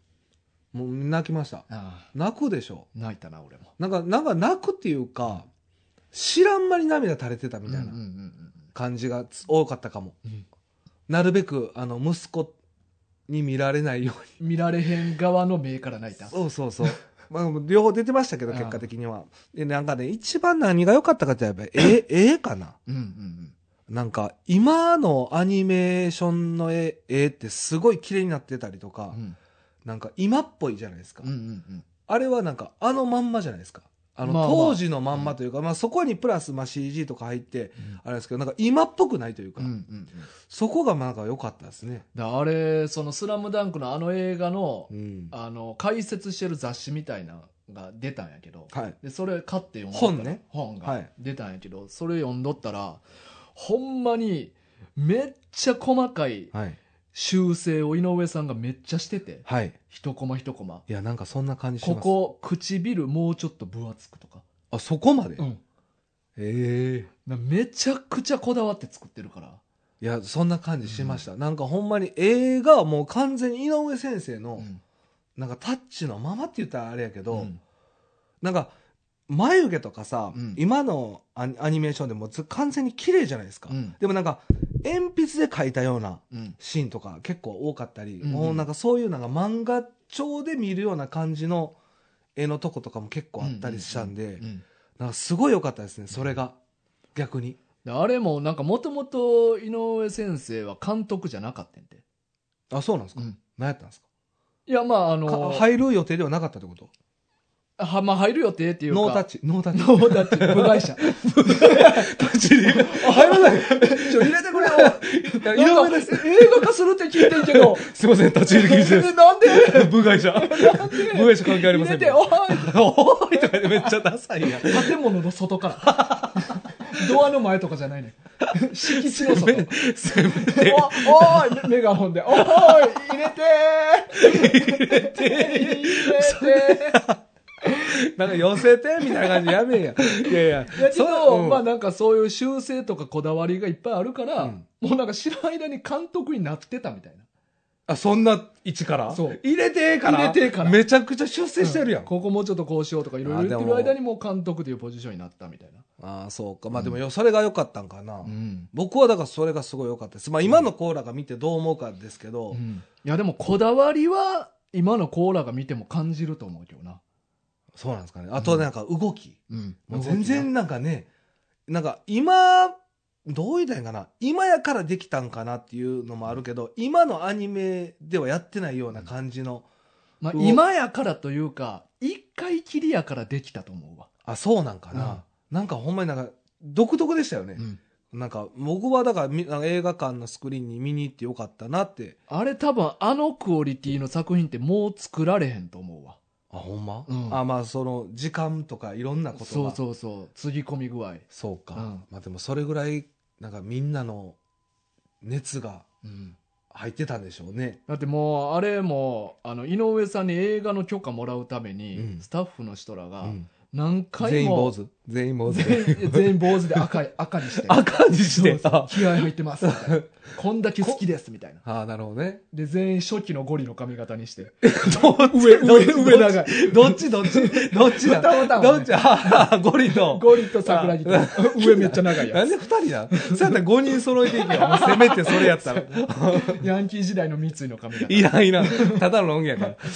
Speaker 2: もう泣きました
Speaker 1: ああ
Speaker 2: 泣くでしょ
Speaker 1: 泣いたな俺も
Speaker 2: なんかなんか泣くっていうか知らん間に涙垂れてたみた
Speaker 1: う
Speaker 2: い
Speaker 1: んうんう
Speaker 2: な
Speaker 1: ん
Speaker 2: 感じがつ多かったかも、
Speaker 1: うん
Speaker 2: なるべくあの息子に見られないよう
Speaker 1: うん
Speaker 2: に
Speaker 1: 見られへん側の目から泣いた
Speaker 2: そうそ うそう。まあ、両方出てましたけど、
Speaker 1: うん
Speaker 2: 結果的には。で、なんかね、一番何が良かったかって言えば、え、 えかな
Speaker 1: うんうん
Speaker 2: なんか、今のアニメーションの絵、絵ってすごい綺麗になってたりと
Speaker 1: う
Speaker 2: か
Speaker 1: んう、ん
Speaker 2: なんか今っぽいじゃないですか
Speaker 1: うんう。んうん
Speaker 2: あれはなんか、あのまんまじゃないですか。あの、
Speaker 1: まあまあ
Speaker 2: 当時のまんまというか、まあそこにプラス、まあ CG とか入って、あれですけど、なんか今っぽくないというか
Speaker 1: うんう、んうん
Speaker 2: そこがまあなんか良かったですね。
Speaker 1: だあれその「スラムダンクのあの映画の,、
Speaker 2: うん。
Speaker 1: あの解説してる雑誌みたいなのが出たんやけど、
Speaker 2: はい。
Speaker 1: でそれ買って読んどったら
Speaker 2: 本ね
Speaker 1: 本が、
Speaker 2: はい
Speaker 1: 出たんやけどそれ読んどったらほんまにめっちゃ細かい
Speaker 2: はい。
Speaker 1: 修正を井上さんがめっちゃしてて
Speaker 2: はい。
Speaker 1: 一コマ一コマ
Speaker 2: いや、なんかそんな感じし
Speaker 1: こ
Speaker 2: ます。
Speaker 1: こ唇もうちょっと分厚くとか,、
Speaker 2: あ、そこまで
Speaker 1: うん、
Speaker 2: ええ
Speaker 1: なめちゃくちゃこだわって作ってるから
Speaker 2: いや、そんな感じしました。なんかほんまに映画はもう完全に井上先生の、
Speaker 1: ん
Speaker 2: なんかタッチのままって言ったらあれやけど、
Speaker 1: うん
Speaker 2: なんか、眉毛とかさ、
Speaker 1: うん
Speaker 2: 今のアニアニメーションでもず完全に綺麗じゃないですか、
Speaker 1: うん
Speaker 2: でもなんか鉛筆で描いたような
Speaker 1: うん。
Speaker 2: シーンとか結構多かったり、
Speaker 1: うん
Speaker 2: もうなんかそういうなんか漫画調で見るような感じの絵のとことかも結構あったりしたんで、
Speaker 1: うん
Speaker 2: なんかすごい良かったですねそれが逆に
Speaker 1: であれもなんかもともと井上先生は監督じゃなかったんで。
Speaker 2: あそうなんですか、
Speaker 1: うん
Speaker 2: 何やったんですか
Speaker 1: いや、まああ
Speaker 2: か
Speaker 1: の、
Speaker 2: 入る予定ではなかったってこと
Speaker 1: はまあ入る予定っていうか。
Speaker 2: ノータッチノータッチ
Speaker 1: ノータッチ。部外 者。
Speaker 2: ッチに入らない
Speaker 1: ちょ、入れてくれよ。
Speaker 2: いや
Speaker 1: なんか映画化するって聞いてんけ ど。
Speaker 2: すいません立ち入り禁止で
Speaker 1: なんで
Speaker 2: す部外者
Speaker 1: なんで
Speaker 2: 部外者関係あり
Speaker 1: 入
Speaker 2: ませ
Speaker 1: れ
Speaker 2: ん
Speaker 1: て、
Speaker 2: お
Speaker 1: おい
Speaker 2: ーいとかでめっちゃダサいやん
Speaker 1: 建物の外から。ドアの前とかじゃないね。敷地の外。
Speaker 2: せめて
Speaker 1: おおいメガホンで「おお入れてー入れて
Speaker 2: なんか寄せてみたいな感じやめえやいやいや
Speaker 1: ー」だけど、
Speaker 2: うん
Speaker 1: まあなんかそういう修正とかこだわりがいっぱいあるから、
Speaker 2: うん
Speaker 1: もうなんか知らん間に監督になってたみたいな
Speaker 2: あそんな位置から
Speaker 1: そう
Speaker 2: 入れてええから
Speaker 1: 入れてえから
Speaker 2: めちゃくちゃ出世してるやん、
Speaker 1: ここもうちょっとこうしようとかいろいろ言ってる間にもう監督というポジションになったみたいな
Speaker 2: ああそうかまあでもよそれが良かったんか
Speaker 1: う
Speaker 2: な、
Speaker 1: ん、
Speaker 2: 僕はだからそれがすごい良かったですまあ今のコーラが見てどう思うかですけど、
Speaker 1: うんいやでもこだわりは今のコーラが見ても感じると思うけどな、
Speaker 2: そうなんですかねあとなんか動き、
Speaker 1: うん
Speaker 2: もう全然なんかねなんか今どう言いたらいいんかな今やからできたんかなっていうのもあるけど今のアニメではやってないような感じの、
Speaker 1: まあ、
Speaker 2: うお
Speaker 1: 今やからというか一回きりやからできたと思うわ、
Speaker 2: あそうなんかな、なんかほんまになんか独特でしたよね、なんか僕はだからみなんか映画館のスクリーンに見に行ってよかったなって
Speaker 1: あれ多分あのクオリティの作品ってもう作られへんと思うわ。
Speaker 2: あほんま、
Speaker 1: うん
Speaker 2: あまあその時間とかいろんなことが
Speaker 1: そうそうそう。つぎ込み具合。
Speaker 2: そうか、
Speaker 1: うん
Speaker 2: まあでもそれぐらいなんかみんなの熱が入ってたんでしょうね
Speaker 1: だってもう、あれも、あの、井上さんに映画の許可もらうために、
Speaker 2: うん
Speaker 1: スタッフの人らが
Speaker 2: う、ん
Speaker 1: 何
Speaker 2: 全
Speaker 1: 回
Speaker 2: 員坊
Speaker 1: も、
Speaker 2: 主全員坊主
Speaker 1: 全員全員坊主で赤い、赤にして。
Speaker 2: 赤に
Speaker 1: そ
Speaker 2: し
Speaker 1: う
Speaker 2: て
Speaker 1: そう
Speaker 2: あ
Speaker 1: 気合入ってますみたいな。こんだけ好きですみたいな。
Speaker 2: あなるほどね
Speaker 1: で、全員初期のゴリの髪型に して。
Speaker 2: 上
Speaker 1: 上長い。
Speaker 2: どっちどっちどっち
Speaker 1: またまた
Speaker 2: だどっちああゴリの
Speaker 1: ゴリと桜木と、 上めっちゃ長い
Speaker 2: な
Speaker 1: や
Speaker 2: んで二人だそうやったら5人揃えていけよもうせめてそれやったら
Speaker 1: つ。ヤンキー時代の三井の髪型。
Speaker 2: いらんいらんただの音源やから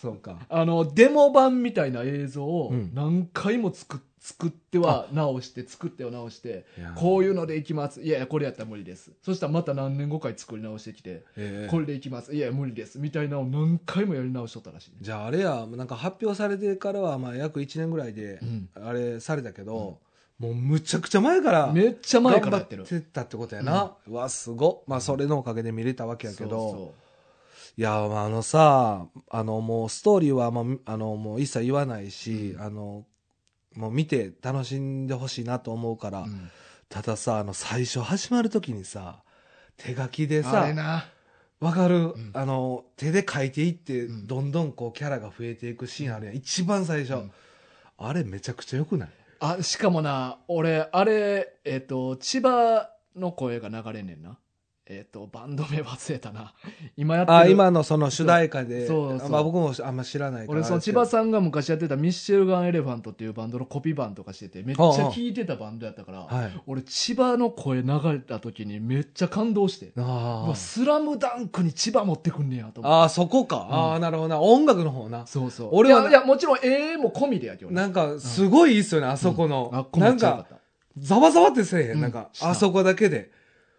Speaker 2: そうか
Speaker 1: あの、デモ版みたいな映像を
Speaker 2: うん
Speaker 1: 何回も作っ作っては直して、作っては直して、こういうのでいきます。いやいや、これやったら無理です。そしたらまた何年後かに作り直してきて、
Speaker 2: ええ
Speaker 1: これでいきます。いやいや、無理です。みたいなのを何回もやり直しとったらしいね。
Speaker 2: じゃああれやなんか発表されてからはまあ約1年ぐらいで
Speaker 1: うん
Speaker 2: あれされたけど、もうむちゃくちゃ前から
Speaker 1: めっちゃ前からやってる。
Speaker 2: 頑張ってたってことやな、うわすごっまあそれのおかげで見れたわけやけど
Speaker 1: そ
Speaker 2: いやまああのさあのもうストーリーは、まあ、あのもう一切言わないし、
Speaker 1: うん
Speaker 2: あのもう見て楽しんでほしいなと思うから、
Speaker 1: うそううん
Speaker 2: たださあの最初始まる時にさ手書きで
Speaker 1: あ
Speaker 2: さ
Speaker 1: れな。
Speaker 2: わかる、
Speaker 1: ん
Speaker 2: あの手で書いていって、
Speaker 1: うん
Speaker 2: どんどんこうキャラが増えていくシーンあるやん一番最初、
Speaker 1: うん
Speaker 2: あれめちゃくちゃよくない
Speaker 1: あ、しかもな、俺、あれ、えっ、と、千葉の声が流れんねんな。えっ、と、バンド名忘れたな。今やってる。
Speaker 2: あ今のその主題歌で
Speaker 1: そうそう
Speaker 2: まあ、僕もあんま知らないから
Speaker 1: 俺その千葉さんが昔やってたミッシェルガン・エレファントっていうバンドのコピーバンとかしててめっちゃ聴いてたバンドやったから、
Speaker 2: はい
Speaker 1: 俺千葉の声流れた時にめっちゃ感動して
Speaker 2: あ
Speaker 1: うわ
Speaker 2: ー
Speaker 1: スラムダンクに千葉持ってくんねやと思って
Speaker 2: あーそこか、ああなるほどな音楽の方な
Speaker 1: そうそう
Speaker 2: 俺はい
Speaker 1: やいやもちろんええも込みでやけどね
Speaker 2: なんかすごいいいっすよね、あそこの、
Speaker 1: あっこめ
Speaker 2: な
Speaker 1: っ
Speaker 2: ん
Speaker 1: ちゃよか
Speaker 2: か
Speaker 1: った
Speaker 2: ざわざわってせえへん、
Speaker 1: うん
Speaker 2: なんか
Speaker 1: した
Speaker 2: あそこだけで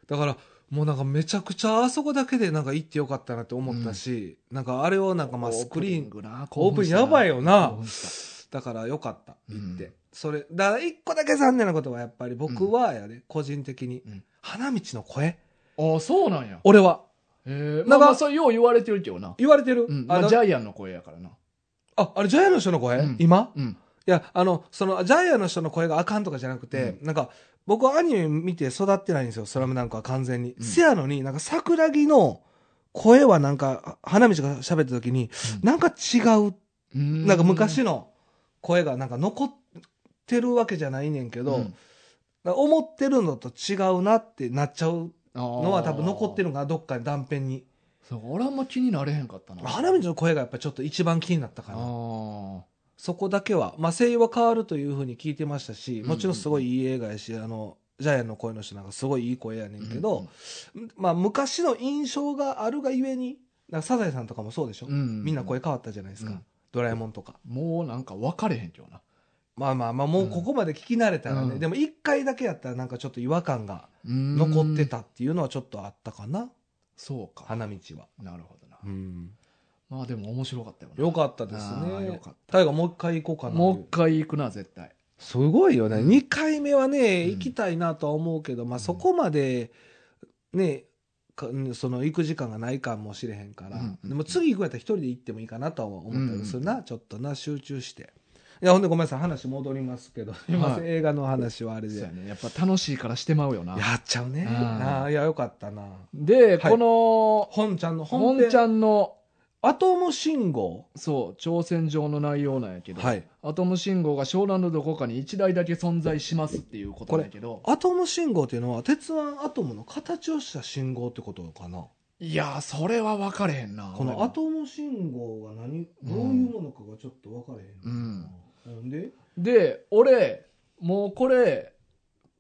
Speaker 2: だからもうなんかめちゃくちゃあそこだけでなんか行ってよかったなって思ったし、なんかあれをなんかまあスクリー
Speaker 1: オ
Speaker 2: ン
Speaker 1: プニグな
Speaker 2: オープニングやばいよ
Speaker 1: 興
Speaker 2: な
Speaker 1: 奮し
Speaker 2: だからよかった
Speaker 1: う
Speaker 2: 行
Speaker 1: ん
Speaker 2: って、それだから一個だけ残念なことはやっぱり僕はやね、個人的に、
Speaker 1: うん
Speaker 2: 花道の声
Speaker 1: たあそうなんや
Speaker 2: 俺は
Speaker 1: ええまあ
Speaker 2: なんか
Speaker 1: まあそれよう言われてるけどな、
Speaker 2: 言われてる、
Speaker 1: うんま
Speaker 2: あ
Speaker 1: あ、
Speaker 2: の
Speaker 1: ジャイアンの声やからな
Speaker 2: ああれジャイアンの人の声、
Speaker 1: うん
Speaker 2: 今
Speaker 1: うん
Speaker 2: いや、あの、その、ジャイアンの人の声があかんとかじゃなくて、なんか、僕はアニメ見て育ってないんですよ、スラムダンクは完全に。
Speaker 1: うん
Speaker 2: せやのに、なんか桜木の声はなんか、花道が喋った時に、
Speaker 1: う
Speaker 2: なんか違う、
Speaker 1: うん
Speaker 2: なんか昔の声がなんか残ってるわけじゃないねんけど、
Speaker 1: うん
Speaker 2: なんか思ってるのと違うなってなっちゃうの
Speaker 1: の
Speaker 2: は多分残ってるのかな、どっかに断片に。
Speaker 1: そう俺あんま気になれへんかったな
Speaker 2: 花道の声がやっぱちょっと一番気になったか
Speaker 1: あ
Speaker 2: な。
Speaker 1: ー
Speaker 2: そこだけは、まあ、声優は変わるというふうに聞いてましたし、
Speaker 1: うん
Speaker 2: もちろんすごいいい映画やし、あの、ジャイアンの声の人なんかすごいいい声やねんけど、まあ、昔の印象があるがゆえに、なんかサザエさんとかもそうでしょ、
Speaker 1: うん
Speaker 2: みんな声変わったじゃないですか。
Speaker 1: うん
Speaker 2: ドラえもんとか。
Speaker 1: もうなんか分かれへんけどな。
Speaker 2: まあまあまあ、もうここまで聞き慣れたらね、
Speaker 1: うん
Speaker 2: でも一回だけやったらなんかちょっと違和感が残
Speaker 1: 残
Speaker 2: って。たっていうのはちょっとあったかな、
Speaker 1: そうか。
Speaker 2: 花道は。
Speaker 1: なるほどな。
Speaker 2: うん。
Speaker 1: まあでも面白かったよな。
Speaker 2: よかったです
Speaker 1: あーよ
Speaker 2: ね
Speaker 1: かっ。
Speaker 2: 大河もう一回行こうかな。
Speaker 1: もう一回行くな、絶対。
Speaker 2: すごいよね。
Speaker 1: うん
Speaker 2: 2回目はね、
Speaker 1: うん
Speaker 2: 行きたいなとは思うけど、まあそこまで、ね、かその行く時間がないかもしれへんから、
Speaker 1: うん
Speaker 2: でも次行くやったら一人で行ってもいいかなとは思ったりするな、
Speaker 1: う
Speaker 2: ちょっとな、集中して。いや、ほんでごめんなさい、話戻りますけど、すいません、映画の話はあれ
Speaker 1: そう
Speaker 2: で。
Speaker 1: や
Speaker 2: や
Speaker 1: ね。やっぱ楽しいからしてまうよな。
Speaker 2: っちゃうね。
Speaker 1: うん
Speaker 2: ああ、いや、よかったな。
Speaker 1: で、
Speaker 2: はい
Speaker 1: この、
Speaker 2: 本ちゃんの本
Speaker 1: 本ち
Speaker 2: ん。
Speaker 1: ゃんの、
Speaker 2: アトム信号。
Speaker 1: そう、挑戦状の内容なんやけど、
Speaker 2: はい。
Speaker 1: アトム信号が湘南のどこかに1台だけ存在しますっていうことだけど、
Speaker 2: アトム信号っていうのは、鉄腕アトムの形をした信号ってことかな。
Speaker 1: いやー、それは分かれへんな。
Speaker 2: この
Speaker 1: 俺
Speaker 2: アトム信号が何どういうものかがちょっと分からへんな、うん、で
Speaker 1: で、俺、もうこれ、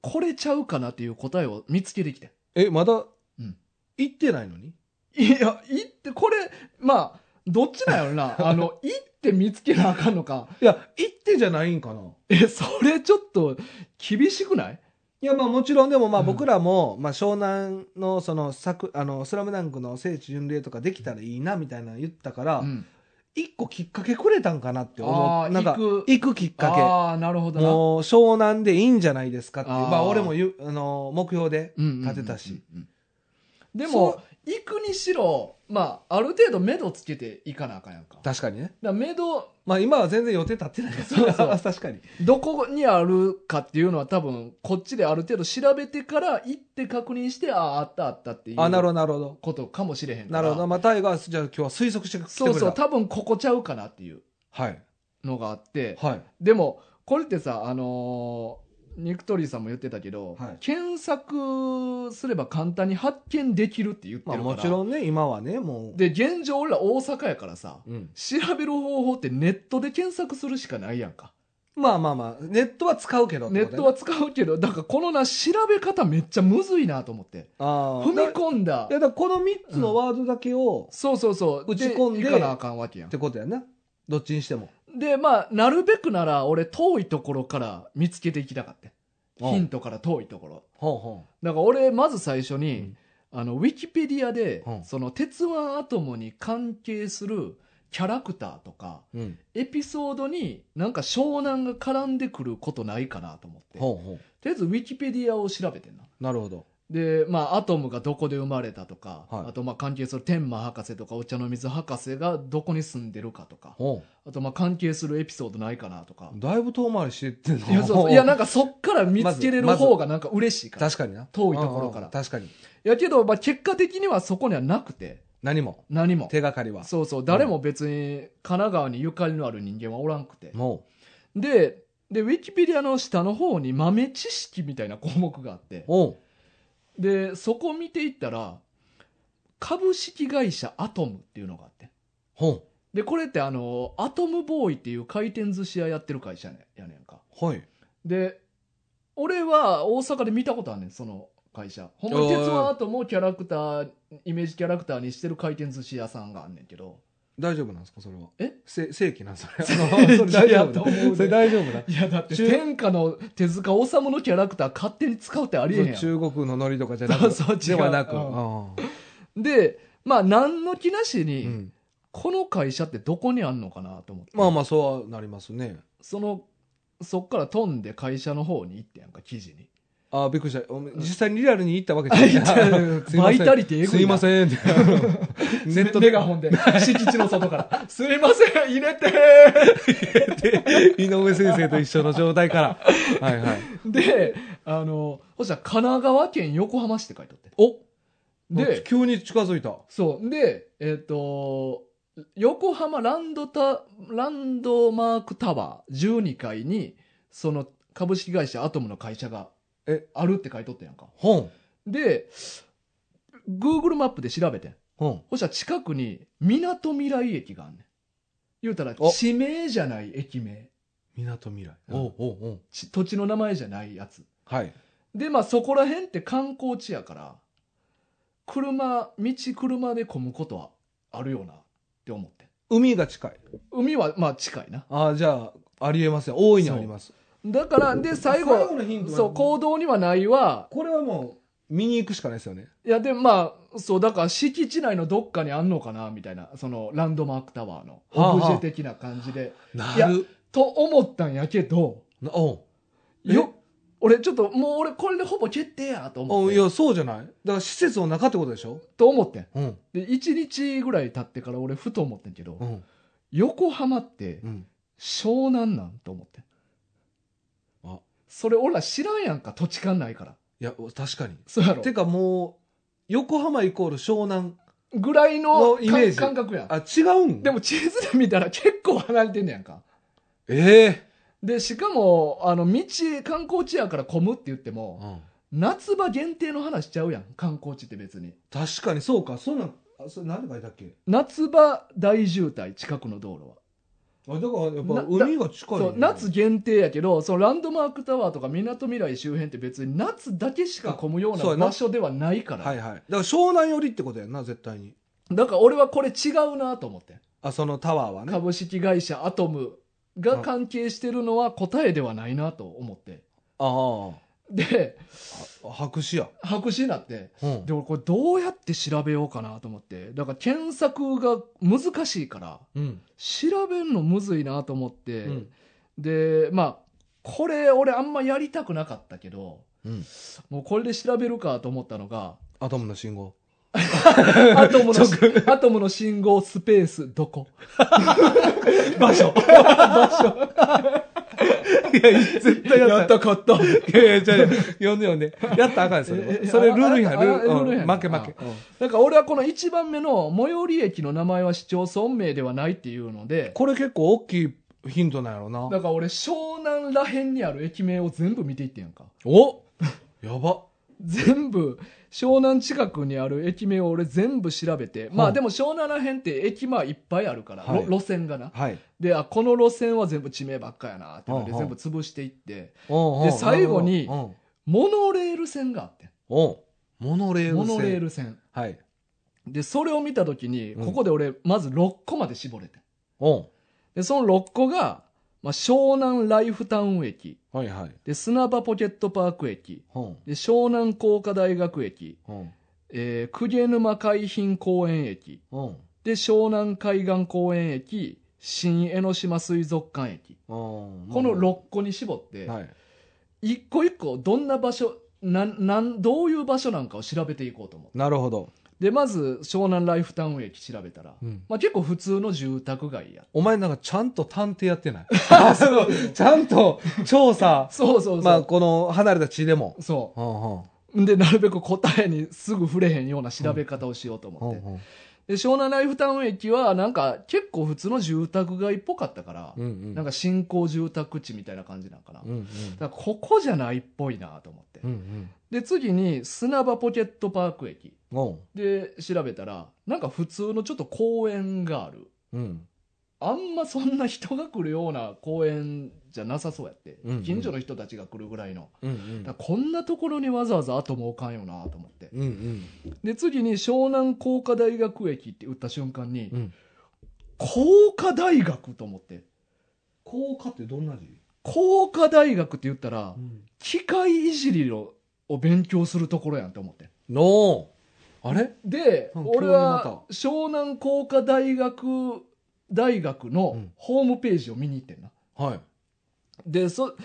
Speaker 1: これちゃうかなっていう答えを見つけてきて。
Speaker 2: えまだ
Speaker 1: うん
Speaker 2: 行ってないのに
Speaker 1: いや、いって、これ、まあ、どっちだよ な。あの、いって見つけなあかんのか。
Speaker 2: いや行ってじゃないんかな
Speaker 1: え、それちょっと、厳しくない
Speaker 2: いやまあもちろんでもまあ
Speaker 1: うん
Speaker 2: 僕らも、まあ、湘南のその作「あのスラムダンクの聖地巡礼とかできたらいいなみたいなの言ったから、
Speaker 1: うん。
Speaker 2: 一個きっかけくれたんかなって思
Speaker 1: あ
Speaker 2: う
Speaker 1: ー
Speaker 2: なんか
Speaker 1: 行く
Speaker 2: 行くきっか
Speaker 1: ああ、なるほ
Speaker 2: け
Speaker 1: どな。
Speaker 2: もう湘南でいいんじゃないですかっていう
Speaker 1: あー
Speaker 2: まあ俺もゆあの目標で
Speaker 1: うんうんうんうん
Speaker 2: 立てたし。
Speaker 1: で
Speaker 2: そ
Speaker 1: も、行くにしろ、まあ、ある程度目処つけていかなあかんやんか。だか
Speaker 2: 確かにね
Speaker 1: ら目処、
Speaker 2: まあ今は全然予定立ってないです
Speaker 1: そうそう
Speaker 2: 確かに
Speaker 1: どこにあるかっていうのは多分、こっちである程度調べてから行って確認して、ああ、あったあったっていう。
Speaker 2: あなるほどなるほど
Speaker 1: ことかもしれへんか
Speaker 2: な
Speaker 1: ら。
Speaker 2: るほど。まあ、タイガース、じゃあ今日は推測してきてくれた
Speaker 1: そうそう、多分ここちゃうかなっていう
Speaker 2: はい。
Speaker 1: のがあって、
Speaker 2: はい。
Speaker 1: でも、これってさ、あのーニクトリーさんも言ってたけど、
Speaker 2: はい
Speaker 1: 検索すれば簡単に発見できるって言ってるか
Speaker 2: まあ、
Speaker 1: ら、
Speaker 2: もちろんね、今はね、もう。
Speaker 1: で、現状俺ら大阪やからさ、
Speaker 2: うん。
Speaker 1: 調べる方法ってネットで検索するしかないやんか。
Speaker 2: まあまあまあ、ネットは使うけどって
Speaker 1: ネ
Speaker 2: こと
Speaker 1: ッ
Speaker 2: ね、
Speaker 1: トは使うけど、だからこのな、調べ方めっちゃむずいなと思って。
Speaker 2: ああ。
Speaker 1: 踏み
Speaker 2: だ
Speaker 1: 込んだ
Speaker 2: いや、だからこの3つのワードだけを、
Speaker 1: そうそうそう。
Speaker 2: 打ち込んで
Speaker 1: いかなあかんわけやん
Speaker 2: って。ことやな。どっちにしても。
Speaker 1: で、まあ、なるべくなら、俺、遠いところから見つけていきたかった。ヒントから遠いところ。
Speaker 2: ほうほ
Speaker 1: だから俺、まず最初に、あの、ウィキペディアで、
Speaker 2: うん
Speaker 1: その、鉄腕アトムに関係するキャラクターとか、
Speaker 2: う。うん。
Speaker 1: エピソードになんか湘南が絡んでくることないかなと思って。と
Speaker 2: ほうほ
Speaker 1: りあえず、ウィキペディアを調べてんな。
Speaker 2: う。なるほど。
Speaker 1: で、まあ、アトムがどこで生まれたとか、
Speaker 2: はい
Speaker 1: あと、まあ、関係する天馬博士とか、お茶の水博士がどこに住んでるかとか、
Speaker 2: ほ
Speaker 1: あと、まあ、関係するエピソードないかなとか
Speaker 2: う。。だいぶ遠回りしてってんの
Speaker 1: いや、そうそういや、なんかそっから見つけれる
Speaker 2: まずまず
Speaker 1: 方がなんか嬉しいから。
Speaker 2: 確かにな。
Speaker 1: 遠いところから
Speaker 2: うんうん確かに。
Speaker 1: やけど、まあ、結果的にはそこにはなくて、
Speaker 2: 何も。
Speaker 1: 何も。
Speaker 2: 手がかりは。
Speaker 1: そうそう、誰も別に神奈川にゆかりのある人間はおらんくて。
Speaker 2: も
Speaker 1: で、で、ウィキペディアの下の方に豆知識みたいな項目があって
Speaker 2: う。、おう。
Speaker 1: で、そこ見ていったら、株式会社アトムっていうのがあって。
Speaker 2: ほう。
Speaker 1: で、これってあの、アトムボーイっていう回転寿司屋やってる会社やねんか。
Speaker 2: はい。
Speaker 1: で俺は大阪で見たことあんねんその会社ほんまに鉄腕アトムをキャラクターイメージキャラクターにしてる回転寿司屋さんがあんねんけど
Speaker 2: 大丈夫なんですかそれは。
Speaker 1: え
Speaker 2: せ正規なんそれ。
Speaker 1: 正規やと思うね
Speaker 2: それ 大丈夫な。
Speaker 1: いやだって
Speaker 2: 中
Speaker 1: 天下の手塚治虫のキャラクター勝手に使うってありえへんやん
Speaker 2: そう中国のノリとかじゃなく
Speaker 1: そうそう違
Speaker 2: で
Speaker 1: う
Speaker 2: はなく、
Speaker 1: うん
Speaker 2: ああ
Speaker 1: でまあ何の気なしに、
Speaker 2: うん
Speaker 1: この会社ってどこにあんのかなと思って
Speaker 2: まあまあそうはなりますね
Speaker 1: そのそっから飛んで会社の方に行ってやんか記事に
Speaker 2: ああびっくりしたお実際にリアルに行ったわけ
Speaker 1: あ
Speaker 2: じ
Speaker 1: 行
Speaker 2: ゃ
Speaker 1: った
Speaker 2: ない すいま
Speaker 1: バ
Speaker 2: せん
Speaker 1: イタリティエグ
Speaker 2: すい
Speaker 1: い
Speaker 2: ま
Speaker 1: な
Speaker 2: せんネット
Speaker 1: メ
Speaker 2: で
Speaker 1: ガホ ンで敷地の外から「すいません入れて!」
Speaker 2: 井上先生と一緒の状態から はいはい
Speaker 1: で、あの、そしたら神奈川県横浜市って書いてあって。
Speaker 2: お
Speaker 1: で、
Speaker 2: 急に近づいた
Speaker 1: そう。で、えっ、と、横浜ランドタ、ランドマークタワー12階に、その株式会社アトムの会社が、
Speaker 2: え
Speaker 1: あるって書いとったやんか。
Speaker 2: 本
Speaker 1: で、Google マップで調べてん。
Speaker 2: 本
Speaker 1: そしたら近くに、港未来駅があんねん。言うたら
Speaker 2: お
Speaker 1: 地名じゃない駅名
Speaker 2: みなとみらい。
Speaker 1: うん
Speaker 2: おうおうおう
Speaker 1: ち土地の名前じゃないやつ
Speaker 2: はい。
Speaker 1: でまあそこら辺って観光地やから車道車で混むことはあるよなって思って
Speaker 2: 海が近い。
Speaker 1: 海はまあ近いな
Speaker 2: ああ、じゃあ、ありえますよ。大いにあります。
Speaker 1: だからで最後
Speaker 2: のヒントは
Speaker 1: そう行動にはないは
Speaker 2: これはもう、見に行くしかないですよね。
Speaker 1: いやでもまあそうだから敷地内のどっかにあんのかなみたいなそのランドマークタワーの
Speaker 2: はあ
Speaker 1: オブ
Speaker 2: は
Speaker 1: ジ
Speaker 2: あ
Speaker 1: ェ的な感じで、
Speaker 2: ない
Speaker 1: や
Speaker 2: る。
Speaker 1: と思ったんやけど
Speaker 2: なおうえ
Speaker 1: よ俺ちょっともう俺これでほぼ決定やと思
Speaker 2: お
Speaker 1: っ
Speaker 2: うい
Speaker 1: て
Speaker 2: や、そうじゃない。だから施設の中ってことでしょ
Speaker 1: と思ってん
Speaker 2: うん。
Speaker 1: で1日ぐらい経ってから俺ふと思ってんけど、
Speaker 2: うん。
Speaker 1: 横浜って
Speaker 2: うん。
Speaker 1: 湘南なんと思ってん
Speaker 2: あ
Speaker 1: それ俺ら知らんやんか土地勘ないから
Speaker 2: いや、確かに。
Speaker 1: そうやろ
Speaker 2: てかもう、横浜イコール湘南。
Speaker 1: ぐらいの
Speaker 2: のイメージ
Speaker 1: 感感覚やん
Speaker 2: あ、違うん
Speaker 1: でも地図で見たら結構離れてんねやんか
Speaker 2: ええ
Speaker 1: でしかもあの道観光地やから混むって言っても
Speaker 2: うん。
Speaker 1: 夏場限定の話しちゃうやん観光地って別に
Speaker 2: 確かにそうか。そんなん、あそれ何で書いたっけ
Speaker 1: 夏場大渋滞近くの道路は
Speaker 2: あだからやっ
Speaker 1: な
Speaker 2: ぱ海が近
Speaker 1: そ
Speaker 2: いよ
Speaker 1: う
Speaker 2: ね
Speaker 1: 夏限定やけどそのランドマークタワーとかみなとみらい周辺って別に夏だけしか混むよう
Speaker 2: そう
Speaker 1: な
Speaker 2: やな
Speaker 1: 場所ではないから、
Speaker 2: はいはいだから湘南寄りってことやんな絶対に
Speaker 1: だから俺はこれ違うなと思って、
Speaker 2: あそのタワーはね
Speaker 1: 株式会社アトムが関係してるのは答えではないなと思って
Speaker 2: あ
Speaker 1: で
Speaker 2: あ白紙や、
Speaker 1: 白紙になって
Speaker 2: うん
Speaker 1: で俺これどうやって調べようかなと思ってだから検索が難しいから
Speaker 2: うん
Speaker 1: 調べるのむずいなと思って、
Speaker 2: うん
Speaker 1: でまあこれ俺あんまやりたくなかったけど
Speaker 2: うん、
Speaker 1: もうこれで調べるかと思ったの が
Speaker 2: アトムの信号
Speaker 1: アトムの、アトムの信号スペースど こ
Speaker 2: 場所場所いや絶対やった
Speaker 1: か った。
Speaker 2: いやいやじゃ呼んで呼んでやったらあかんそれ
Speaker 1: ええ
Speaker 2: はそれルールや
Speaker 1: あ
Speaker 2: ル
Speaker 1: あ
Speaker 2: ール,、
Speaker 1: あルールや
Speaker 2: うん、負け負け
Speaker 1: あだから俺はこの1番目の最寄り駅の名前は市町村名ではないっていうので、
Speaker 2: これ結構大きいヒントなんやろうな
Speaker 1: だから俺湘南らへんにある駅名を全部見ていってんやんか。
Speaker 2: おやば
Speaker 1: 全部、湘南近くにある駅名を俺全部調べて、ま
Speaker 2: は
Speaker 1: あ
Speaker 2: い
Speaker 1: でも湘南らへんって駅まあいっぱいあるから、
Speaker 2: はい
Speaker 1: ろ路線がな。
Speaker 2: はい
Speaker 1: で、あ、この路線は全部地名ばっかやなっていうので
Speaker 2: はあ
Speaker 1: 全
Speaker 2: はあ
Speaker 1: 部潰していって、
Speaker 2: お
Speaker 1: で最後に
Speaker 2: お
Speaker 1: モノレール線があってん
Speaker 2: おモノレール線
Speaker 1: モノレール線。
Speaker 2: はい
Speaker 1: でそれを見た時に
Speaker 2: うん
Speaker 1: ここで俺まず6個まで絞れてん
Speaker 2: お
Speaker 1: でその6個が、まあ、湘南ライフタウン駅
Speaker 2: はいはい
Speaker 1: で砂場ポケットパーク駅
Speaker 2: うん
Speaker 1: で湘南工科大学駅、
Speaker 2: うん
Speaker 1: えー、鵠沼海浜公園駅
Speaker 2: うん
Speaker 1: で湘南海岸公園駅新江ノ島水族館駅こ
Speaker 2: こ
Speaker 1: の6個に絞って
Speaker 2: はい、
Speaker 1: 一個一個どんな場所なんなんどういう場所なんかを調べていこうと思って
Speaker 2: なるほど、
Speaker 1: でまず湘南ライフタウン駅調べたら、まあ、結構普通の住宅街や
Speaker 2: お前なんかちゃんと探偵やって ないあ そうちゃんと調査
Speaker 1: そうそうそう。
Speaker 2: まあこの離れた地でも、
Speaker 1: そ
Speaker 2: うんうん
Speaker 1: う。で、なるべく答えにすぐ触れへんような調べ方をしようと思って。
Speaker 2: うん
Speaker 1: で、湘南ライフタウン駅は、なんか結構普通の住宅街っぽかったから、
Speaker 2: うん
Speaker 1: なんか新興住宅地みたいな感じなんかな。
Speaker 2: うんうん
Speaker 1: だからここじゃないっぽいなと思って。
Speaker 2: うん
Speaker 1: で、次に砂場ポケットパーク駅。
Speaker 2: うんお
Speaker 1: で、調べたら、なんか普通のちょっと公園がある。
Speaker 2: ううん
Speaker 1: あんまそんな人が来るような公園じゃなさそうやって。
Speaker 2: うんうん
Speaker 1: 近所の人たちが来るぐらいの。
Speaker 2: うんう
Speaker 1: だ
Speaker 2: ん
Speaker 1: からこんなところにわざわざ後も置かんよなと思って
Speaker 2: うんうん
Speaker 1: で次に湘南工科大学駅って打った瞬間に、
Speaker 2: うん
Speaker 1: 工科大学と思って
Speaker 2: 効果ってどんな字、
Speaker 1: 工科大学って言ったら
Speaker 2: うん、
Speaker 1: 機械いじりのを勉強するところやんと思って
Speaker 2: のあれ
Speaker 1: で
Speaker 2: うん
Speaker 1: 俺
Speaker 2: 急に
Speaker 1: は
Speaker 2: ま
Speaker 1: 湘南工科大学大学
Speaker 2: う
Speaker 1: の
Speaker 2: ん
Speaker 1: ホームページを見に行ってんな
Speaker 2: はい
Speaker 1: でそ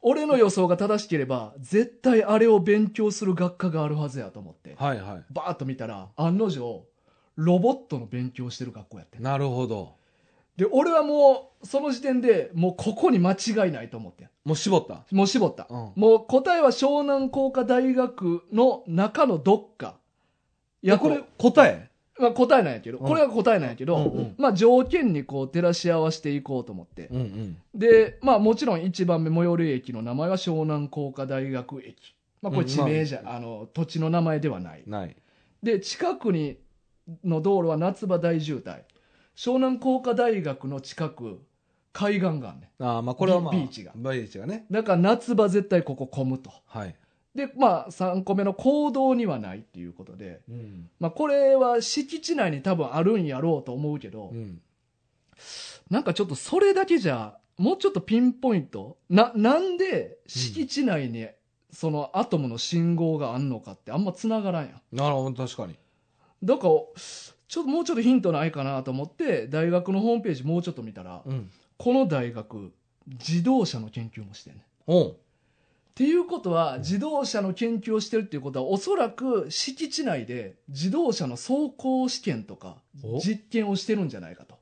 Speaker 1: 俺の予想が正しければ絶対あれを勉強する学科があるはずやと思って
Speaker 2: はいは
Speaker 1: バーッと見たら案の定ロボットの勉強してる学校やって
Speaker 2: い
Speaker 1: ん
Speaker 2: なるほど
Speaker 1: で俺はもうその時点でもうここに間違いないと思ってん
Speaker 2: もう絞った
Speaker 1: もう絞った、
Speaker 2: うん
Speaker 1: もう答えは湘南工科大学の中のどっかい
Speaker 2: いやこれ、答え
Speaker 1: まあ、答えなんやけど、
Speaker 2: うん
Speaker 1: これが答えなんやけど、
Speaker 2: うんうん
Speaker 1: まあ条件にこう照らし合わせていこうと思って、
Speaker 2: うんうん
Speaker 1: でまあもちろん1番目最寄り駅の名前は湘南工科大学駅まあこれ地名じゃ、
Speaker 2: うんま
Speaker 1: あの土地の名前ではない
Speaker 2: ない
Speaker 1: で近くにの道路は夏場大渋滞湘南工科大学の近く、海岸があんね
Speaker 2: ああ、まあこれはまあ。
Speaker 1: ビビーチが
Speaker 2: ビーチがね。
Speaker 1: ん。だから夏場絶対ここ混むと。
Speaker 2: はい。
Speaker 1: で、まあ3個目の行動にはないっていうことで、
Speaker 2: うん。
Speaker 1: まあこれは敷地内に多分あるんやろうと思うけど、
Speaker 2: うん。
Speaker 1: なんかちょっとそれだけじゃ、もうちょっとピンポイント。な、なんで敷地内にそのアトムの信号があんのかってあんま繋がらんやん。
Speaker 2: なるほど、確かに。
Speaker 1: だから、ちょっともうちょっとヒントないかなと思って、大学のホームページもうちょっと見たら、
Speaker 2: うん。
Speaker 1: この大学、自動車の研究もしてんねん。っ
Speaker 2: おう。
Speaker 1: ていうことは、
Speaker 2: ん
Speaker 1: 自動車の研究をしてるっていうことは、おそらく敷地内で自動車の走行試験とか
Speaker 2: お、
Speaker 1: 実験をしてるんじゃないかと。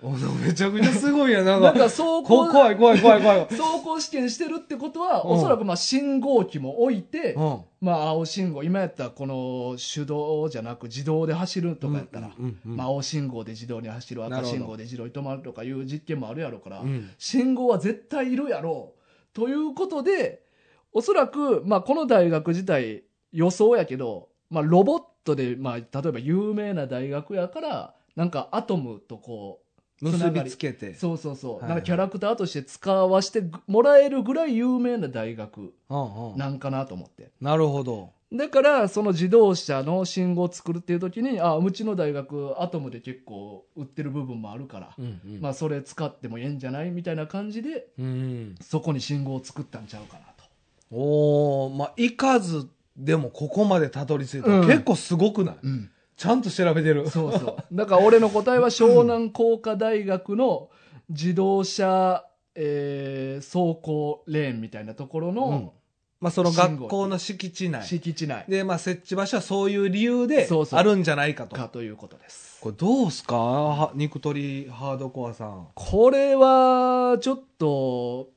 Speaker 2: おめちゃくちゃすごいやんなん
Speaker 1: な
Speaker 2: か
Speaker 1: ん。か走行、
Speaker 2: こ怖い怖い怖い怖い。
Speaker 1: 走行試験してるってことは、
Speaker 2: うん
Speaker 1: おそらくまあ信号機も置いて、
Speaker 2: うん。
Speaker 1: まあ青信号、今やったらこの手動じゃなく自動で走るとかやったら、
Speaker 2: うんうんうん
Speaker 1: まあ青信号で自動に走る、
Speaker 2: なる
Speaker 1: 赤
Speaker 2: ほど
Speaker 1: 信号で自動に止まるとかいう実験もあるやろから、
Speaker 2: うん
Speaker 1: 信号は絶対いるやろう。ということで、おそらく、まあこの大学自体予想やけど、まあロボットで、まあ例えば有名な大学やから、なんかアトムとこう、
Speaker 2: 結びつけて。
Speaker 1: そうそうそう、
Speaker 2: はい
Speaker 1: なんかキャラクターとして使わせてもらえるぐらい有名な大学
Speaker 2: うんうん
Speaker 1: なんかなと思って
Speaker 2: なるほど。
Speaker 1: だからその自動車の信号を作るっていう時にあうちの大学アトムで結構売ってる部分もあるから、
Speaker 2: うんうん
Speaker 1: まあそれ使ってもええんじゃないみたいな感じで
Speaker 2: うん。
Speaker 1: そこに信号を作ったんちゃうかなと
Speaker 2: おおまあ、行かずでもここまでたどり着いた、
Speaker 1: うん
Speaker 2: 結構すごくない
Speaker 1: うん
Speaker 2: ちゃんと調べてる。
Speaker 1: そうそうだから俺の答えは湘南工科大学の自動車、えー走行レーンみたいなところの
Speaker 2: まあ、その学校の敷地内。
Speaker 1: 敷地内
Speaker 2: で、まあ、設置場所はそういう理由で
Speaker 1: そうそう
Speaker 2: あるんじゃないかと。
Speaker 1: かということです
Speaker 2: これどうすかは肉取ハードコアさん。
Speaker 1: これは、ちょっと、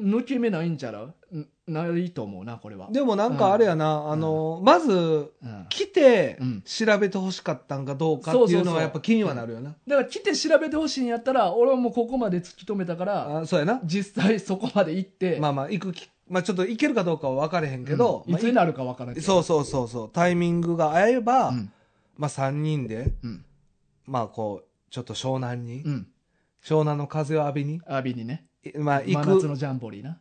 Speaker 1: 抜け目ないんじゃらないと思うな、これは。
Speaker 2: でもなんかあれやな、あの、まず、
Speaker 1: うん
Speaker 2: 来て
Speaker 1: うん
Speaker 2: 調べてほしかったんかどうか
Speaker 1: そ
Speaker 2: っ
Speaker 1: う
Speaker 2: て
Speaker 1: そ
Speaker 2: いう
Speaker 1: そう
Speaker 2: うのはやっぱ気にはなるよな。
Speaker 1: だから来て調べてほしいんやったら、俺はもうここまで突き止めたから、
Speaker 2: あそうやな。
Speaker 1: 実際そこまで行って、
Speaker 2: まあまあ、行くき、まあちょっと行けるかどうかは分かれへんけど、
Speaker 1: うんい
Speaker 2: まあ
Speaker 1: つになるかわからない。
Speaker 2: そうそうそうそう、タイミングが合えば、
Speaker 1: うん。
Speaker 2: まあ3人で、
Speaker 1: うん。
Speaker 2: まあこう、ちょっと湘南に、
Speaker 1: うん。
Speaker 2: 湘南の風を浴びに、
Speaker 1: アビにね、
Speaker 2: いまあ行
Speaker 1: 真夏
Speaker 2: く、
Speaker 1: のジャンボリ ーな。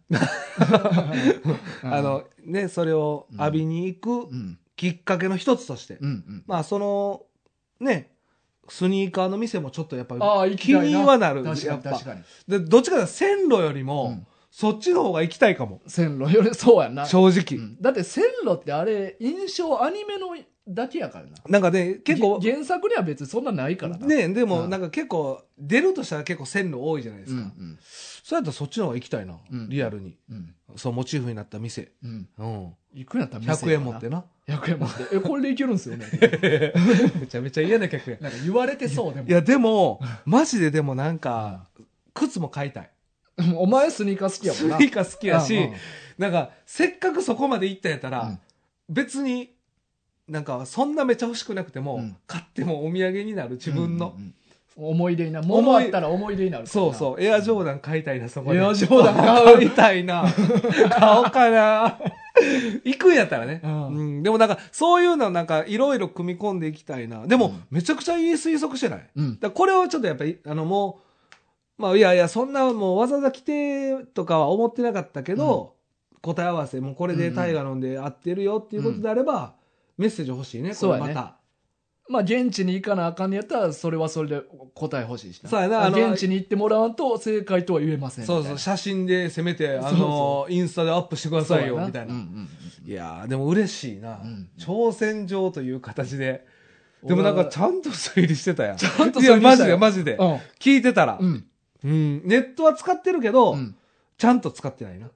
Speaker 2: あの、ね、それを浴びに行
Speaker 1: う
Speaker 2: く
Speaker 1: ん、
Speaker 2: きっかけの一つとして、
Speaker 1: うん、うん。
Speaker 2: まあその、ね、スニーカーの店もちょっとやっぱ
Speaker 1: ああ、行
Speaker 2: り
Speaker 1: き
Speaker 2: 気
Speaker 1: たい
Speaker 2: にはなる。
Speaker 1: 確か
Speaker 2: や
Speaker 1: に、
Speaker 2: っぱ
Speaker 1: 確かに。
Speaker 2: でどっちかというと線路よりも、
Speaker 1: うん
Speaker 2: そっちの方が行きたいかも。
Speaker 1: 線路より、そうやんな。
Speaker 2: 正直。
Speaker 1: うんだって線路ってあれ、印象アニメのだけやからな。
Speaker 2: なんかね、結構、
Speaker 1: げ原作には別にそんなないからな。
Speaker 2: ねでも
Speaker 1: うん
Speaker 2: なんか結構出るとしたら結構線路多いじゃないです
Speaker 1: うん
Speaker 2: か、
Speaker 1: うん
Speaker 2: そうやったらそっちの方が行きたいな、
Speaker 1: うん
Speaker 2: リアルに
Speaker 1: うん
Speaker 2: そうモチーフになった店、
Speaker 1: うん
Speaker 2: うん、
Speaker 1: いくらやったら店
Speaker 2: 100円持ってな
Speaker 1: 100円持ってえ これでいけるんすよね
Speaker 2: めちゃめちゃ嫌な客や
Speaker 1: なんか言われてそうでも
Speaker 2: いやでもマジででもなんか靴も買いたい
Speaker 1: うんお前スニーカー好きや
Speaker 2: ス
Speaker 1: もん
Speaker 2: ニ
Speaker 1: な
Speaker 2: ーカー好きやし、
Speaker 1: うんうん
Speaker 2: なんかせっかくそこまで行ったんやったら、
Speaker 1: うん
Speaker 2: 別になんかそんなめちゃ欲しくなくても、
Speaker 1: うん
Speaker 2: 買ってもお土産になる自分の、
Speaker 1: うんうんうん思い出になる
Speaker 2: 思い
Speaker 1: 物あったら思い出になる
Speaker 2: そうそうエアジョーダン買いたいなそこで
Speaker 1: エアジョーダン買う
Speaker 2: 買いたいな買おうかな行くんやったらね、
Speaker 1: う
Speaker 2: うんんでもなんかそういうのなんかいろいろ組み込んでいきたいなでも、
Speaker 1: うん
Speaker 2: めちゃくちゃいい推測してないだか
Speaker 1: う、うん、
Speaker 2: らこれをちょっとやっぱりあのもうまあいやいやそんなもうわざわざ来てとかは思ってなかったけど、答え合わせもうこれで大河飲んで合ってるよっていうことであれば、メッセージ欲しいねこ
Speaker 1: そう
Speaker 2: れ
Speaker 1: や
Speaker 2: ま
Speaker 1: ね
Speaker 2: た
Speaker 1: まあ現地に行かなあかんのやったらそれはそれで答え欲しいしな
Speaker 2: そうやなあの
Speaker 1: 現地に行ってもらわんと正解とは言えませんみたい
Speaker 2: そう
Speaker 1: な
Speaker 2: そう写真でせめてあの
Speaker 1: そうそ
Speaker 2: インスタでアップしてくだ
Speaker 1: そう
Speaker 2: さいよ
Speaker 1: や
Speaker 2: みたいな、
Speaker 1: うんうん
Speaker 2: いやーでも嬉しいな、
Speaker 1: うん
Speaker 2: 挑戦状という形で
Speaker 1: うん
Speaker 2: でもなん
Speaker 1: 俺
Speaker 2: か
Speaker 1: は
Speaker 2: ちゃんと推理してたやん
Speaker 1: ちゃんと
Speaker 2: い
Speaker 1: 推
Speaker 2: や
Speaker 1: 理し
Speaker 2: マ
Speaker 1: た
Speaker 2: ジで
Speaker 1: よ
Speaker 2: マジで、
Speaker 1: うん
Speaker 2: 聞いてたら、うん
Speaker 1: うん
Speaker 2: ネットは使ってるけど、
Speaker 1: うん
Speaker 2: ちゃんと使ってないな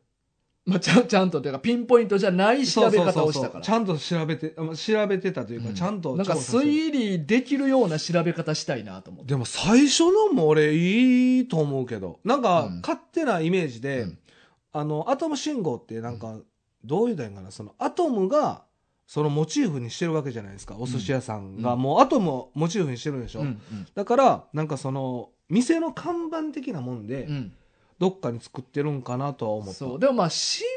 Speaker 1: まあ、ちゃんちゃんとというかピンポイントじゃない調べ方をしたから
Speaker 2: ちゃんと調べてあの調べてたというか、ちゃんと
Speaker 1: なんか
Speaker 2: 調査してる
Speaker 1: 推理できるような調べ方したいなと思って
Speaker 2: でも最初のも俺いいと思うけどなんか
Speaker 1: うん
Speaker 2: 勝手なイメージで、
Speaker 1: うん
Speaker 2: あのアトム信号ってなんかどういうたらいいんかなそのアトムがそのモチーフにしてるわけじゃないですかお寿司屋さん
Speaker 1: う
Speaker 2: が、
Speaker 1: ん
Speaker 2: もうアトムをモチーフにしてるんでしょ、
Speaker 1: うん
Speaker 2: だからなんかその店の看板的なもんで、
Speaker 1: うん
Speaker 2: どっかに作ってるんかなとは
Speaker 1: う
Speaker 2: 思
Speaker 1: ん
Speaker 2: った
Speaker 1: そうでもまあ信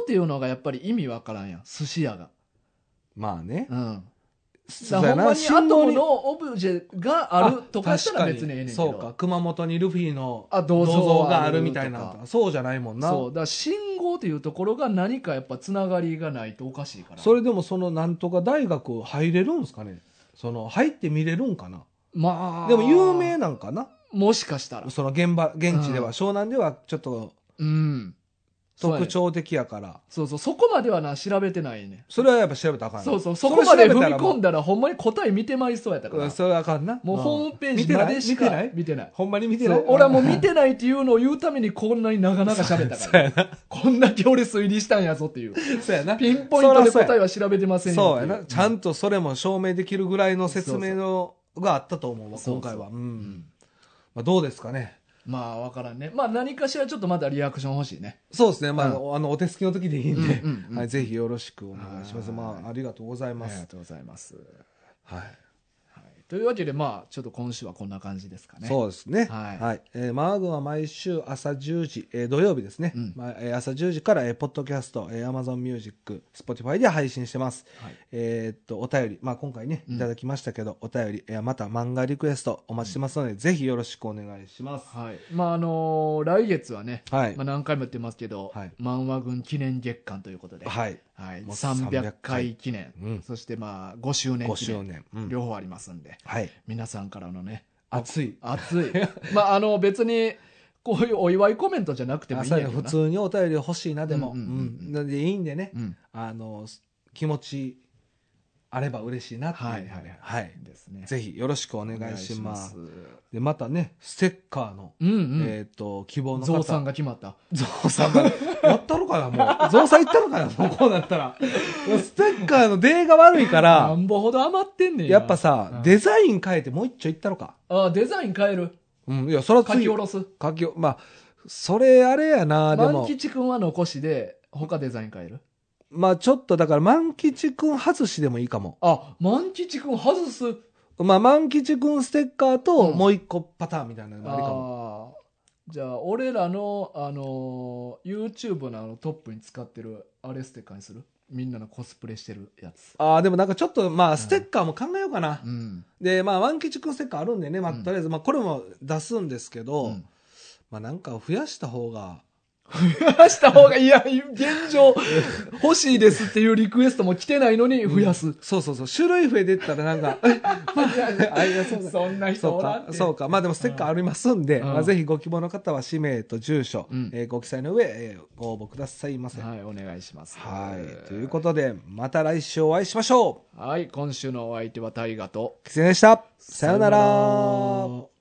Speaker 1: 号っていうのがやっぱり意味わからんやん寿司屋が
Speaker 2: まあね、
Speaker 1: うん
Speaker 2: そ
Speaker 1: だ
Speaker 2: う
Speaker 1: か
Speaker 2: や
Speaker 1: らほんま
Speaker 2: な
Speaker 1: にアトム
Speaker 2: に
Speaker 1: のオブジェがあるとかしたら
Speaker 2: あ
Speaker 1: 別にええねんけど。
Speaker 2: 確かにそうか熊本にルフィの
Speaker 1: あ銅像
Speaker 2: があるみたいなのとかそうじゃないもんな
Speaker 1: そう。だから信号というところが何かやっぱつながりがないとおかしいから。
Speaker 2: それでもそのなんとか大学入れるんですかねその入って見れるんかな
Speaker 1: まあ。
Speaker 2: でも有名なんかな
Speaker 1: もしかしたら。
Speaker 2: その現場現地で
Speaker 1: うん
Speaker 2: は湘南ではちょっと
Speaker 1: うん。そうやね
Speaker 2: 特徴的やから
Speaker 1: そうそう。そこまではな、調べてないね。
Speaker 2: それはやっぱ調べたらあかんね
Speaker 1: そうそう。そこまで踏み込ん
Speaker 2: で
Speaker 1: だらほんまに答え見てまいそうやったから。
Speaker 2: それはあかんな
Speaker 1: もうホームページ
Speaker 2: 見て
Speaker 1: ま
Speaker 2: ない
Speaker 1: でし
Speaker 2: 見
Speaker 1: か
Speaker 2: てない
Speaker 1: 見てない。
Speaker 2: ほんまに見て
Speaker 1: そ
Speaker 2: ないう
Speaker 1: 俺はもう見てないっていうのを言うためにこんなに長々喋ったから、こんだけ俺推理したんやぞっていう。
Speaker 2: そうやな
Speaker 1: ピンポイントで答えは調べてませんよ
Speaker 2: そ
Speaker 1: っ
Speaker 2: う
Speaker 1: て
Speaker 2: や
Speaker 1: い
Speaker 2: なちゃんとそれも証明できるぐらいの説明のがあったと思うわ
Speaker 1: そうそう
Speaker 2: 今回はう
Speaker 1: うんん
Speaker 2: まあどうですかね
Speaker 1: まあわからんね。まあ何かしらちょっとまだリアクション欲しいね。
Speaker 2: そうですねまああのお手すきの時でいいんで
Speaker 1: うんうんうん
Speaker 2: はいぜひよろしくお願いします
Speaker 1: はい
Speaker 2: まあありがとうござい
Speaker 1: あ
Speaker 2: ま
Speaker 1: りが
Speaker 2: す
Speaker 1: とうございます。
Speaker 2: はい
Speaker 1: はい、というわけでまあちょっと今週はこんな感じですかね。
Speaker 2: そうですね。
Speaker 1: はい
Speaker 2: えーマーグンは毎週朝10時、えー土曜日ですね。
Speaker 1: うん
Speaker 2: まあえー朝10時から、えーポッドキャスト、えー Amazon Music、Spotify で配信してます。
Speaker 1: はい
Speaker 2: えーっと、お便り、まあ今回ね、
Speaker 1: うん
Speaker 2: いただきましたけど、お便り、えーまた漫画リクエストお待ちしてますので、ぜひよろしくお願いします。
Speaker 1: はい。まああのー来月はね、
Speaker 2: はい
Speaker 1: まあ、。何回も言ってますけど、
Speaker 2: はい
Speaker 1: 漫画軍記念月間ということで、はい
Speaker 2: はい。もう
Speaker 1: 300回記念、
Speaker 2: うん
Speaker 1: そしてまあ5周年
Speaker 2: 5
Speaker 1: 記
Speaker 2: 周
Speaker 1: 念、
Speaker 2: 年。うん
Speaker 1: 両方ありますんで、
Speaker 2: はい。
Speaker 1: 皆さんからのね、
Speaker 2: 熱い。
Speaker 1: 熱い。 まああの別にこういうお祝いコメントじゃなくてもいいん
Speaker 2: 朝
Speaker 1: や
Speaker 2: で
Speaker 1: けど
Speaker 2: 普
Speaker 1: な。
Speaker 2: 通にお便り欲しいな、でも。
Speaker 1: う
Speaker 2: うん
Speaker 1: うんうんうん
Speaker 2: ん。なんでいいんでね
Speaker 1: う、ん。
Speaker 2: あの、気持ち、あれば嬉しいなっていう。
Speaker 1: はいはいはい
Speaker 2: はい。
Speaker 1: ですね。
Speaker 2: ぜひよろしくお願いします。
Speaker 1: お願いし
Speaker 2: で、またね、ステッカーの、
Speaker 1: うんうん。
Speaker 2: えっ、と、希望の方。
Speaker 1: ゾウさんが決まった。
Speaker 2: ゾウさん が。やったのかな、もう。ゾ ウさん行ったのかな、もうこうなったら。ステッカーの出が悪いか
Speaker 1: な
Speaker 2: ら、
Speaker 1: んぼほど余ってんねんな
Speaker 2: やっぱさ、
Speaker 1: うん
Speaker 2: デザイン変えてもう一丁行ったのか。
Speaker 1: あデザイン変える。
Speaker 2: うん、いや、それは
Speaker 1: 書き
Speaker 2: 次、
Speaker 1: 下ろす。
Speaker 2: 書き下ろまあ、それあれやな、で
Speaker 1: 万
Speaker 2: も。
Speaker 1: 吉くんは残しで、他デザイン変える。
Speaker 2: まあ、ちょっとだから、万吉くん外しでもいいかも。
Speaker 1: あ、万吉くん外す。
Speaker 2: まあ、万吉くんステッカーと、
Speaker 1: うん
Speaker 2: もう一個パターンみたいなのもありかも。
Speaker 1: あーじゃあ、俺らの、あのー、YouTube のあのトップに使ってるあれステッカーにするみんなのコスプレしてるやつ。
Speaker 2: ああ、でもなんかちょっと、まあ、ステッカーも考えようかな。
Speaker 1: うん。
Speaker 2: で、まあ、ワンキチ君ステッカーあるんでね、まあ、
Speaker 1: うん
Speaker 2: とりあえず、まあ、これも出すんですけど、
Speaker 1: うん
Speaker 2: まあ、なんか増やした方が、
Speaker 1: 増やした方が、いや、現状、欲しいですっていうリクエストも来てないのに増やす。
Speaker 2: そうそうそう、種類増えてったら、なんか、 あいやそう だ
Speaker 1: そんな人
Speaker 2: そう
Speaker 1: おらんっ、
Speaker 2: か
Speaker 1: て
Speaker 2: そうか、まあ、でもステッカーありますんで、
Speaker 1: うん
Speaker 2: まあ、ぜひご希望の方は、氏名と住所、
Speaker 1: うん
Speaker 2: えーご記載の上、えーご応募くださいませ。はい、
Speaker 1: はい、お願いします。
Speaker 2: ということで、また来週お会いしましょ
Speaker 1: はい、今週のお相手は大河と。
Speaker 2: う。キツネでした。さような
Speaker 1: さような
Speaker 2: ら
Speaker 1: ら。